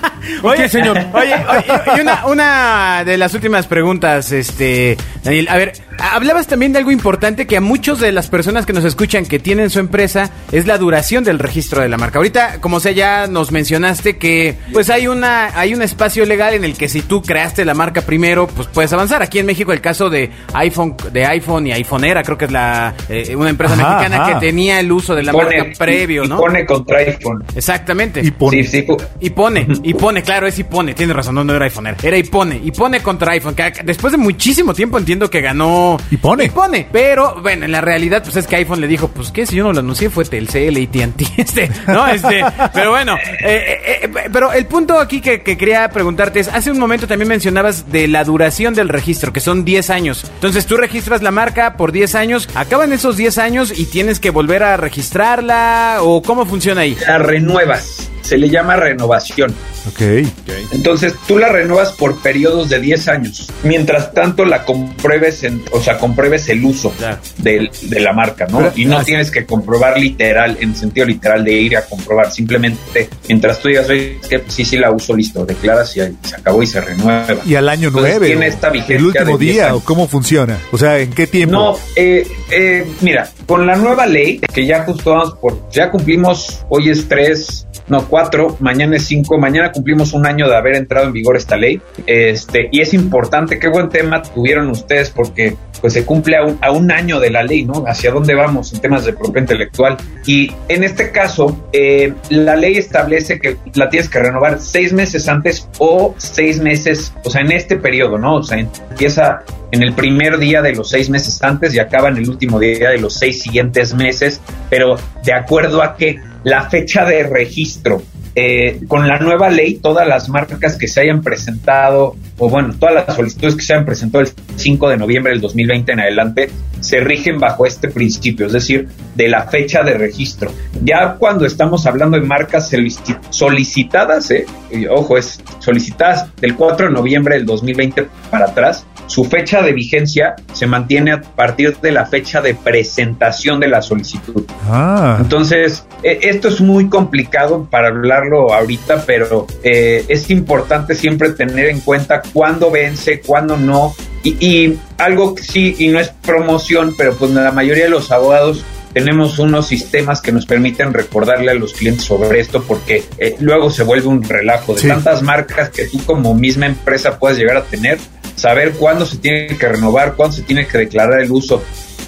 [SPEAKER 2] Oye, señor. Oye, oye, y una, una de las últimas preguntas, este, Daniel. A ver, hablabas también de algo importante que a muchos de las personas que nos escuchan que tienen su empresa es la duración del registro de la marca. Ahorita, como sea, ya nos mencionaste que pues hay una hay un espacio legal en el que si tú creaste la marca primero, pues puedes avanzar. Aquí en México el caso de iPhone de iPhone y iPhoneera, creo que es la eh, una empresa
[SPEAKER 3] Ajá,
[SPEAKER 2] mexicana
[SPEAKER 3] ajá.
[SPEAKER 2] que tenía el uso de la marca previo,
[SPEAKER 8] y
[SPEAKER 2] ¿no?
[SPEAKER 8] Pone contra iPhone.
[SPEAKER 2] Exactamente.
[SPEAKER 3] Y pone.
[SPEAKER 8] Sí, sí, pu-
[SPEAKER 2] Y pone, y pone, claro, es y pone, tiene razón, no, no era iPhone, era y pone, y pone contra iPhone, que después de muchísimo tiempo entiendo que ganó no...
[SPEAKER 3] Y pone.
[SPEAKER 2] pone. Pero, bueno, en la realidad, pues es que iPhone le dijo, pues qué, si yo no lo anuncié fue Telcel, AT&T, este, ¿no? Este, pero bueno, eh, eh, eh, pero el punto aquí que, que quería preguntarte es, hace un momento también mencionabas de la duración del registro, que son 10 años. Entonces tú registras la marca por 10 años, acaban esos 10 años y tienes que volver a registrarla, o cómo funciona ahí.
[SPEAKER 8] La renuevas, se le llama renovación.
[SPEAKER 3] Ok.
[SPEAKER 8] Entonces tú la renuevas por periodos de 10 años. Mientras tanto la compruebes, en- o sea, compruebes el uso
[SPEAKER 2] Claro.
[SPEAKER 8] del- de, la marca, ¿no?
[SPEAKER 3] Pero-
[SPEAKER 8] y no
[SPEAKER 3] ah, sí.
[SPEAKER 8] tienes que comprobar literal, en sentido literal de ir a comprobar. Simplemente mientras tú digas, oye, es que sí, sí la uso, listo, declaras y ahí se acabó y se renueva.
[SPEAKER 3] Y al año
[SPEAKER 8] Entonces,
[SPEAKER 3] 9.
[SPEAKER 8] tiene esta vigencia
[SPEAKER 3] el último
[SPEAKER 8] de 10
[SPEAKER 3] día,
[SPEAKER 8] años.
[SPEAKER 3] o cómo funciona. O sea, ¿en qué tiempo?
[SPEAKER 8] No, eh, eh, mira, con la nueva ley, que ya justo vamos por, ya cumplimos, hoy es 3, no 4, mañana es 5, mañana cumplimos un año de haber entrado en vigor esta ley. Este, y es importante, qué buen tema tuvieron ustedes, porque pues se cumple a un, a un año de la ley, ¿no? Hacia dónde vamos en temas de propiedad intelectual. Y en este caso, eh, la ley establece que la tienes que renovar seis meses antes o seis meses, o sea, en este periodo, ¿no? O sea, empieza en el primer día de los seis meses antes y acaba en el último día de los seis siguientes meses, pero de acuerdo a que la fecha de registro, eh, con la nueva ley, todas las marcas que se hayan presentado, o bueno, todas las solicitudes que se hayan presentado el 5 de noviembre del 2020 en adelante, se rigen bajo este principio, es decir, de la fecha de registro. Ya cuando estamos hablando de marcas solici- solicitadas, eh, y ojo, es solicitadas del 4 de noviembre del 2020 para atrás, su fecha de vigencia se mantiene a partir de la fecha de presentación de la solicitud.
[SPEAKER 3] Ah,
[SPEAKER 8] Entonces, e- esto es muy complicado para hablarlo ahorita, pero eh, es importante siempre tener en cuenta cuándo vence, cuándo no. Y, y algo que sí, y no es promoción, pero pues la mayoría de los abogados tenemos unos sistemas que nos permiten recordarle a los clientes sobre esto porque eh, luego se vuelve un relajo de
[SPEAKER 3] Sí.
[SPEAKER 8] tantas marcas que tú como misma empresa puedes llegar a tener, saber cuándo se tiene que renovar, cuándo se tiene que declarar el uso,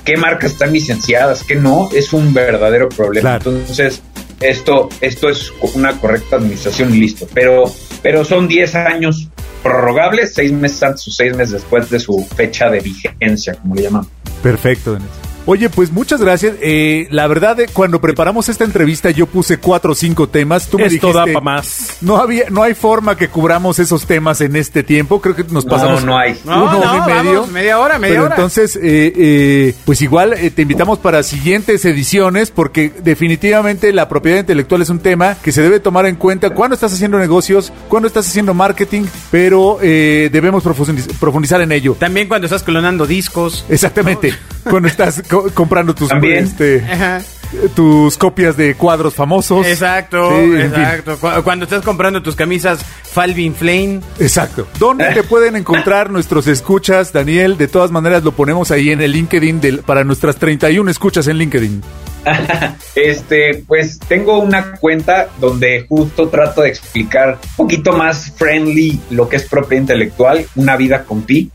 [SPEAKER 8] qué marcas están licenciadas, qué no, es un verdadero problema.
[SPEAKER 3] Claro.
[SPEAKER 8] Entonces, esto, esto es co- una correcta administración y listo. Pero, pero son 10 años prorrogables, seis meses antes o seis meses después de su fecha de vigencia, como le llamamos.
[SPEAKER 3] perfecto. Denis. Oye, pues muchas gracias. Eh, la verdad, eh, cuando preparamos esta entrevista, yo puse cuatro o cinco temas. Tú me
[SPEAKER 4] Esto da
[SPEAKER 3] dijiste,
[SPEAKER 4] pa' más.
[SPEAKER 3] No, había, no hay forma que cubramos esos temas en este tiempo. Creo que nos
[SPEAKER 8] No,
[SPEAKER 3] pasamos
[SPEAKER 8] no hay.
[SPEAKER 2] No,
[SPEAKER 3] una hora
[SPEAKER 2] no,
[SPEAKER 3] y
[SPEAKER 2] vamos,
[SPEAKER 3] medio.
[SPEAKER 2] media hora, media
[SPEAKER 3] Pero
[SPEAKER 2] hora.
[SPEAKER 3] Entonces, eh, eh, pues igual eh, te invitamos para siguientes ediciones porque definitivamente la propiedad intelectual es un tema que se debe tomar en cuenta cuando estás haciendo negocios, cuando estás haciendo marketing, pero eh, debemos profundiz- profundizar en ello.
[SPEAKER 2] También cuando estás clonando discos.
[SPEAKER 3] Exactamente. Cuando estás co- comprando tus
[SPEAKER 8] También.
[SPEAKER 3] este,
[SPEAKER 2] Ajá.
[SPEAKER 3] tus copias de cuadros famosos.
[SPEAKER 2] Exacto,
[SPEAKER 3] Sí, en fin.
[SPEAKER 2] exacto. Cu- Cuando estás comprando tus camisas Falvin Flame.
[SPEAKER 3] Exacto. ¿Dónde te pueden encontrar nuestros escuchas, Daniel? De todas maneras, lo ponemos ahí en el LinkedIn del, para nuestras 31 escuchas en LinkedIn.
[SPEAKER 8] Este, pues tengo una cuenta donde justo trato de explicar un poquito más friendly lo que es propiedad intelectual, una vida con pi,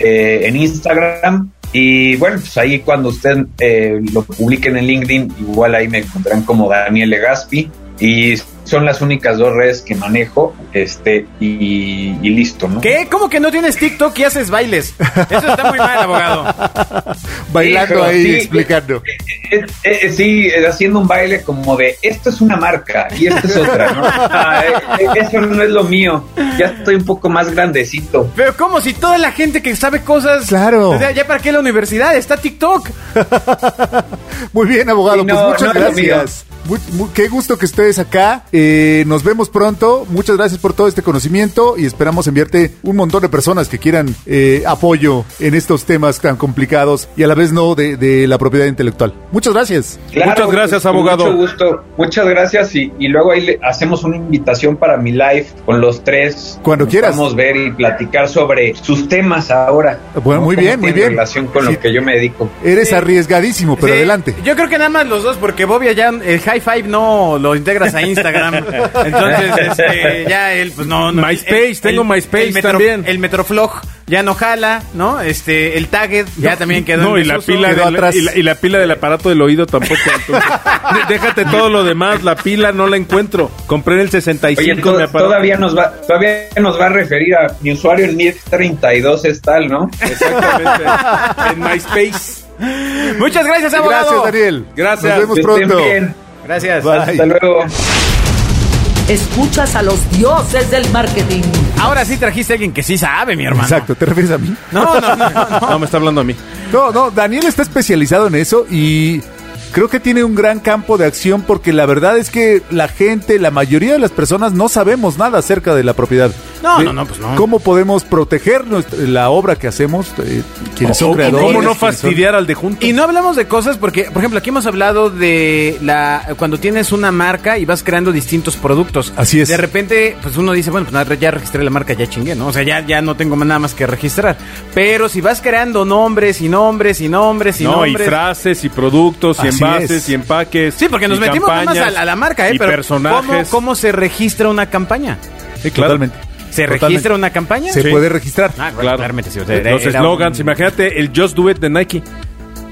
[SPEAKER 8] eh, en Instagram. Y bueno, pues ahí cuando usted eh, lo publiquen en LinkedIn, igual ahí me encontrarán como Daniel Legaspi. Y son las únicas dos redes que manejo, este, y, y listo, ¿no?
[SPEAKER 2] ¿Qué? ¿Cómo que no tienes TikTok y haces bailes? Eso está muy mal, abogado.
[SPEAKER 3] Bailando
[SPEAKER 8] Hijo,
[SPEAKER 3] ahí,
[SPEAKER 8] sí.
[SPEAKER 3] explicando.
[SPEAKER 8] Eh, eh, eh, sí, eh, haciendo un baile como de esto es una marca y esto es otra, ¿no? Ah, eh, eh, eso no es lo mío. Ya estoy un poco más grandecito.
[SPEAKER 2] Pero como si toda la gente que sabe cosas.
[SPEAKER 3] Claro.
[SPEAKER 2] O sea, ¿ya para qué la universidad? Está TikTok.
[SPEAKER 3] Muy bien, abogado.
[SPEAKER 8] Sí, no,
[SPEAKER 3] pues muchas
[SPEAKER 8] no es lo
[SPEAKER 3] gracias. Mu- mu- qué gusto que estés acá. Eh, nos vemos pronto. Muchas gracias por todo este conocimiento y esperamos enviarte un montón de personas que quieran eh, apoyo en estos temas tan complicados y a la vez no de, de la propiedad intelectual. Muchas gracias.
[SPEAKER 4] Muchas gracias,
[SPEAKER 8] pues, con
[SPEAKER 4] abogado.
[SPEAKER 8] Mucho gusto. Muchas gracias y, y luego ahí le hacemos una invitación para mi live con los tres.
[SPEAKER 3] Cuando
[SPEAKER 8] Nos
[SPEAKER 3] quieras.
[SPEAKER 8] Vamos a ver y platicar sobre sus temas ahora.
[SPEAKER 3] Bueno, muy
[SPEAKER 8] ¿Cómo
[SPEAKER 3] bien, muy
[SPEAKER 8] tiene
[SPEAKER 3] bien.
[SPEAKER 8] relación con
[SPEAKER 3] Sí.
[SPEAKER 8] lo que yo me dedico.
[SPEAKER 3] Eres
[SPEAKER 2] Sí.
[SPEAKER 3] arriesgadísimo, pero
[SPEAKER 2] Sí,
[SPEAKER 3] adelante.
[SPEAKER 2] Yo creo que nada más los dos, porque Bobby allá, el high High Five no lo integras a Instagram. Entonces, este, ya él, pues no. no
[SPEAKER 4] MySpace, tengo MySpace
[SPEAKER 2] Metro-
[SPEAKER 4] también.
[SPEAKER 2] El Metroflog ya no jala, ¿no? Este, el Tagged ya también quedó
[SPEAKER 4] No,
[SPEAKER 2] en
[SPEAKER 4] y la,
[SPEAKER 2] desuso.
[SPEAKER 4] pila
[SPEAKER 3] quedó
[SPEAKER 4] del,
[SPEAKER 3] atrás.
[SPEAKER 4] y, la, y la pila del aparato del oído tampoco. entonces, de- déjate todo lo demás, la pila no la encuentro. Compré en el 65
[SPEAKER 8] Oye, to-
[SPEAKER 4] mi aparato.
[SPEAKER 8] todavía nos va, todavía nos va a referir a mi usuario el MIF32 es tal, ¿no?
[SPEAKER 4] Exactamente. En MySpace.
[SPEAKER 2] Muchas gracias, abogado.
[SPEAKER 3] Gracias, Daniel.
[SPEAKER 4] Gracias.
[SPEAKER 3] Nos vemos
[SPEAKER 8] Que estén
[SPEAKER 3] pronto.
[SPEAKER 8] bien.
[SPEAKER 2] Gracias.
[SPEAKER 3] Bye.
[SPEAKER 8] Hasta luego.
[SPEAKER 1] Escuchas a los dioses del marketing.
[SPEAKER 2] Ahora sí trajiste a alguien que sí sabe, mi hermano.
[SPEAKER 3] Exacto, ¿te refieres a mí?
[SPEAKER 2] No, no, no. no.
[SPEAKER 4] No, me está hablando a mí.
[SPEAKER 3] No, no, Daniel está especializado en eso y creo que tiene un gran campo de acción porque la verdad es que la gente, la mayoría de las personas no sabemos nada acerca de la propiedad.
[SPEAKER 2] No,
[SPEAKER 3] De
[SPEAKER 2] no, no, pues no.
[SPEAKER 3] ¿Cómo podemos proteger nuestra- la obra que hacemos? eh, quienes son
[SPEAKER 4] O- o
[SPEAKER 3] creadores.
[SPEAKER 4] ¿Cómo no
[SPEAKER 3] quiénes son-
[SPEAKER 4] fastidiar al de junto?
[SPEAKER 2] Y no hablamos de cosas porque, por ejemplo, aquí hemos hablado de la cuando tienes una marca y vas creando distintos productos.
[SPEAKER 3] Así es.
[SPEAKER 2] De repente, pues uno dice, bueno, pues nada, ya registré la marca, ya chingué, ¿no? O sea, ya, ya no tengo nada más que registrar. Pero si vas creando nombres y nombres y nombres y
[SPEAKER 4] no, y
[SPEAKER 2] nombres.
[SPEAKER 4] frases, y productos, y
[SPEAKER 3] Así
[SPEAKER 4] envases,
[SPEAKER 3] es.
[SPEAKER 4] y empaques.
[SPEAKER 2] Sí, porque nos
[SPEAKER 4] y
[SPEAKER 2] metimos nada más
[SPEAKER 4] campañas,
[SPEAKER 2] a, la- a la marca, ¿eh?
[SPEAKER 4] Y
[SPEAKER 2] Pero ¿cómo,
[SPEAKER 4] personajes.
[SPEAKER 2] cómo se registra una campaña?
[SPEAKER 4] Sí, claro.
[SPEAKER 3] Totalmente.
[SPEAKER 2] ¿Se
[SPEAKER 3] Totalmente.
[SPEAKER 2] registra una campaña?
[SPEAKER 3] Se
[SPEAKER 4] Sí.
[SPEAKER 3] puede registrar.
[SPEAKER 2] Ah, claro.
[SPEAKER 4] Claro.
[SPEAKER 2] Claramente sí. o sea, era-
[SPEAKER 4] Eh, Los
[SPEAKER 2] era
[SPEAKER 4] eslogans,
[SPEAKER 2] un-
[SPEAKER 4] imagínate el Just Do It de Nike.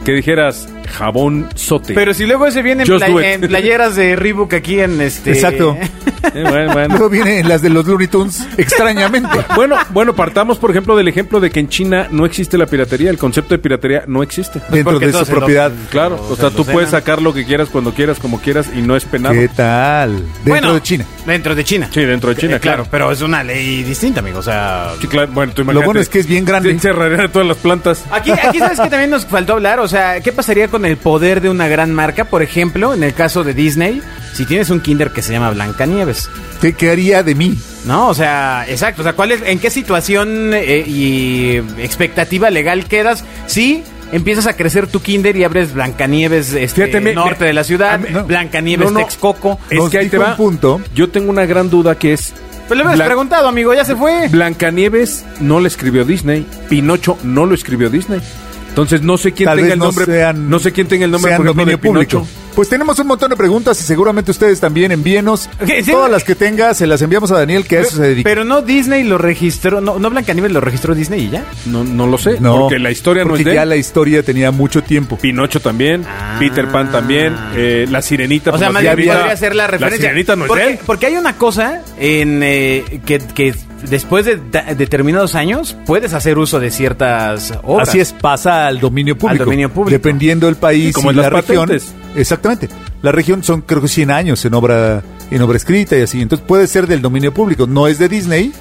[SPEAKER 4] Que dijeras jabón sote.
[SPEAKER 2] Pero si luego se vienen
[SPEAKER 4] Just
[SPEAKER 2] play-
[SPEAKER 4] do it.
[SPEAKER 2] en playeras de Reebok aquí en este.
[SPEAKER 3] Exacto.
[SPEAKER 4] Eh, bueno, bueno.
[SPEAKER 3] Luego vienen las de los Looney Tunes, extrañamente.
[SPEAKER 4] Bueno, bueno, partamos por ejemplo del ejemplo de que en China no existe la piratería, el concepto de piratería no existe.
[SPEAKER 3] dentro
[SPEAKER 2] porque
[SPEAKER 3] de su
[SPEAKER 2] todos se lo-
[SPEAKER 3] propiedad.
[SPEAKER 4] Claro, o sea,
[SPEAKER 2] se
[SPEAKER 4] tú
[SPEAKER 2] los
[SPEAKER 4] puedes
[SPEAKER 2] cenan.
[SPEAKER 4] sacar lo que quieras, cuando quieras, como quieras y no es penado.
[SPEAKER 3] ¿Qué tal? Dentro
[SPEAKER 2] Bueno,
[SPEAKER 3] de China.
[SPEAKER 2] Dentro de China.
[SPEAKER 4] Sí, dentro de China,
[SPEAKER 2] Eh,
[SPEAKER 4] claro.
[SPEAKER 2] pero es una ley distinta, amigo. O sea.
[SPEAKER 4] Sí, claro, Bueno, tú
[SPEAKER 3] Lo bueno es que es bien grande.
[SPEAKER 4] Encerraría todas las plantas.
[SPEAKER 2] Aquí, aquí sabes que también nos faltó hablar, o sea, ¿qué pasaría con el poder de una gran marca? Por ejemplo, en el caso de Disney, si tienes un kinder que se llama Blancanieves,
[SPEAKER 3] ¿Qué, qué haría de mí?
[SPEAKER 2] ¿no? O sea, exacto, o sea, ¿cuál es, ¿en qué situación eh, y expectativa legal quedas si empiezas a crecer tu kinder y abres Blancanieves este,
[SPEAKER 4] Fíjate, me-
[SPEAKER 2] norte de la ciudad,
[SPEAKER 4] a mí- no.
[SPEAKER 2] Blancanieves
[SPEAKER 4] No, no.
[SPEAKER 2] Texcoco?
[SPEAKER 4] Es
[SPEAKER 3] Nos
[SPEAKER 4] que ahí
[SPEAKER 3] dijo
[SPEAKER 4] te va.
[SPEAKER 3] un punto.
[SPEAKER 4] Yo tengo una gran duda que es.
[SPEAKER 2] Pero Pues le habías
[SPEAKER 4] Blan-
[SPEAKER 2] preguntado, amigo, ya se fue.
[SPEAKER 4] Blancanieves no la escribió Disney, Pinocho no lo escribió Disney. Entonces no sé quién
[SPEAKER 3] Tal
[SPEAKER 4] tenga
[SPEAKER 3] vez
[SPEAKER 4] el
[SPEAKER 3] no
[SPEAKER 4] nombre,
[SPEAKER 3] sean-
[SPEAKER 4] no sé quién tenga el nombre
[SPEAKER 3] sean
[SPEAKER 4] por ejemplo, de
[SPEAKER 3] dominio
[SPEAKER 4] Pinocho.
[SPEAKER 3] público. Pues tenemos un montón de preguntas y seguramente ustedes también envíenos
[SPEAKER 2] Ok, sí.
[SPEAKER 3] todas las que tenga, se las enviamos a Daniel que a eso se dedica.
[SPEAKER 2] Pero no Disney lo registró, no, no Blancanieves lo registró Disney y ya.
[SPEAKER 4] No, no lo sé,
[SPEAKER 3] no,
[SPEAKER 4] eh, porque la historia no
[SPEAKER 3] porque
[SPEAKER 4] es de
[SPEAKER 3] ya
[SPEAKER 4] él.
[SPEAKER 3] la historia tenía mucho tiempo.
[SPEAKER 4] Pinocho también,
[SPEAKER 2] Ah.
[SPEAKER 4] Peter Pan también, eh, la sirenita.
[SPEAKER 2] O sea,
[SPEAKER 4] pues,
[SPEAKER 2] más
[SPEAKER 4] la
[SPEAKER 2] bien
[SPEAKER 4] sirenita-
[SPEAKER 2] podría ser la referencia.
[SPEAKER 4] La sirenita no es
[SPEAKER 2] porque,
[SPEAKER 4] de él.
[SPEAKER 2] Porque hay una cosa en eh, que, que después de da- determinados años puedes hacer uso de ciertas obras.
[SPEAKER 3] Así es, pasa al dominio público.
[SPEAKER 2] dominio público.
[SPEAKER 3] Dependiendo del
[SPEAKER 4] Y
[SPEAKER 3] país y
[SPEAKER 4] como en
[SPEAKER 3] la
[SPEAKER 4] las
[SPEAKER 3] región.
[SPEAKER 4] patentes.
[SPEAKER 3] Exactamente. La región son creo que 100 años en obra en obra escrita y así. Entonces puede ser del dominio público, no es de Disney,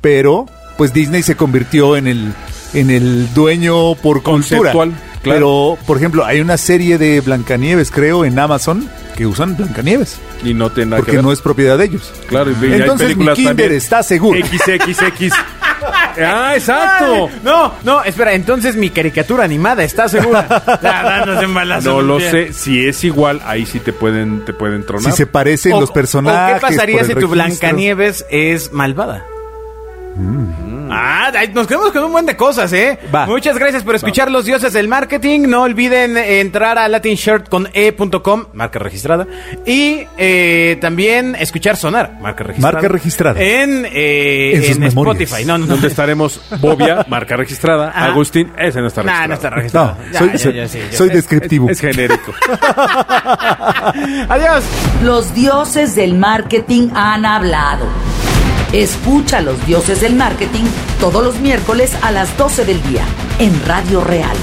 [SPEAKER 3] pero pues Disney se convirtió en el en el dueño por cultura.
[SPEAKER 4] Conceptual, claro.
[SPEAKER 3] Pero por ejemplo, hay una serie de Blancanieves, creo, en Amazon que usan Blancanieves,
[SPEAKER 4] Y no tiene nada que
[SPEAKER 3] porque
[SPEAKER 4] ver.
[SPEAKER 3] no es propiedad de ellos.
[SPEAKER 4] Claro, y hay
[SPEAKER 3] Entonces mi
[SPEAKER 4] películas
[SPEAKER 3] Kinder
[SPEAKER 4] también.
[SPEAKER 3] está seguro.
[SPEAKER 4] XXX. ah, exacto.
[SPEAKER 2] Ay, No, no, espera, entonces mi caricatura animada, ¿estás segura? La dándose en balazo
[SPEAKER 4] No
[SPEAKER 2] en el
[SPEAKER 4] lo
[SPEAKER 2] pie.
[SPEAKER 4] sé, si es igual, ahí sí te pueden, te pueden tronar.
[SPEAKER 3] Si se parecen
[SPEAKER 2] O-
[SPEAKER 3] los personajes.
[SPEAKER 2] ¿o ¿Qué pasaría
[SPEAKER 3] por el
[SPEAKER 2] si tu
[SPEAKER 3] registro.
[SPEAKER 2] Blancanieves es malvada? Ah, ay, nos quedamos con un buen de cosas, ¿eh?
[SPEAKER 3] Mm. Va.
[SPEAKER 2] Muchas gracias por escuchar Los Dioses del Marketing. No olviden entrar a latinshirt con e.com, marca registrada. Y eh, también escuchar Sonar, marca registrada.
[SPEAKER 3] Marca registrada.
[SPEAKER 2] En, eh,
[SPEAKER 3] En sus
[SPEAKER 2] en
[SPEAKER 3] memorias.
[SPEAKER 2] Spotify. No, no, no.
[SPEAKER 4] Donde estaremos Bobia, marca registrada.
[SPEAKER 2] Ajá.
[SPEAKER 4] Agustín, ese no está
[SPEAKER 2] Nah,
[SPEAKER 4] registrado.
[SPEAKER 2] no está registrado.
[SPEAKER 3] No,
[SPEAKER 2] Ya,
[SPEAKER 3] soy,
[SPEAKER 2] ya,
[SPEAKER 3] soy-
[SPEAKER 2] ya, sí, ya.
[SPEAKER 3] soy descriptivo.
[SPEAKER 4] Es genérico.
[SPEAKER 2] Adiós.
[SPEAKER 1] Los dioses del marketing han hablado. Escucha a los dioses del marketing todos los miércoles a las 12 del día en Radio Real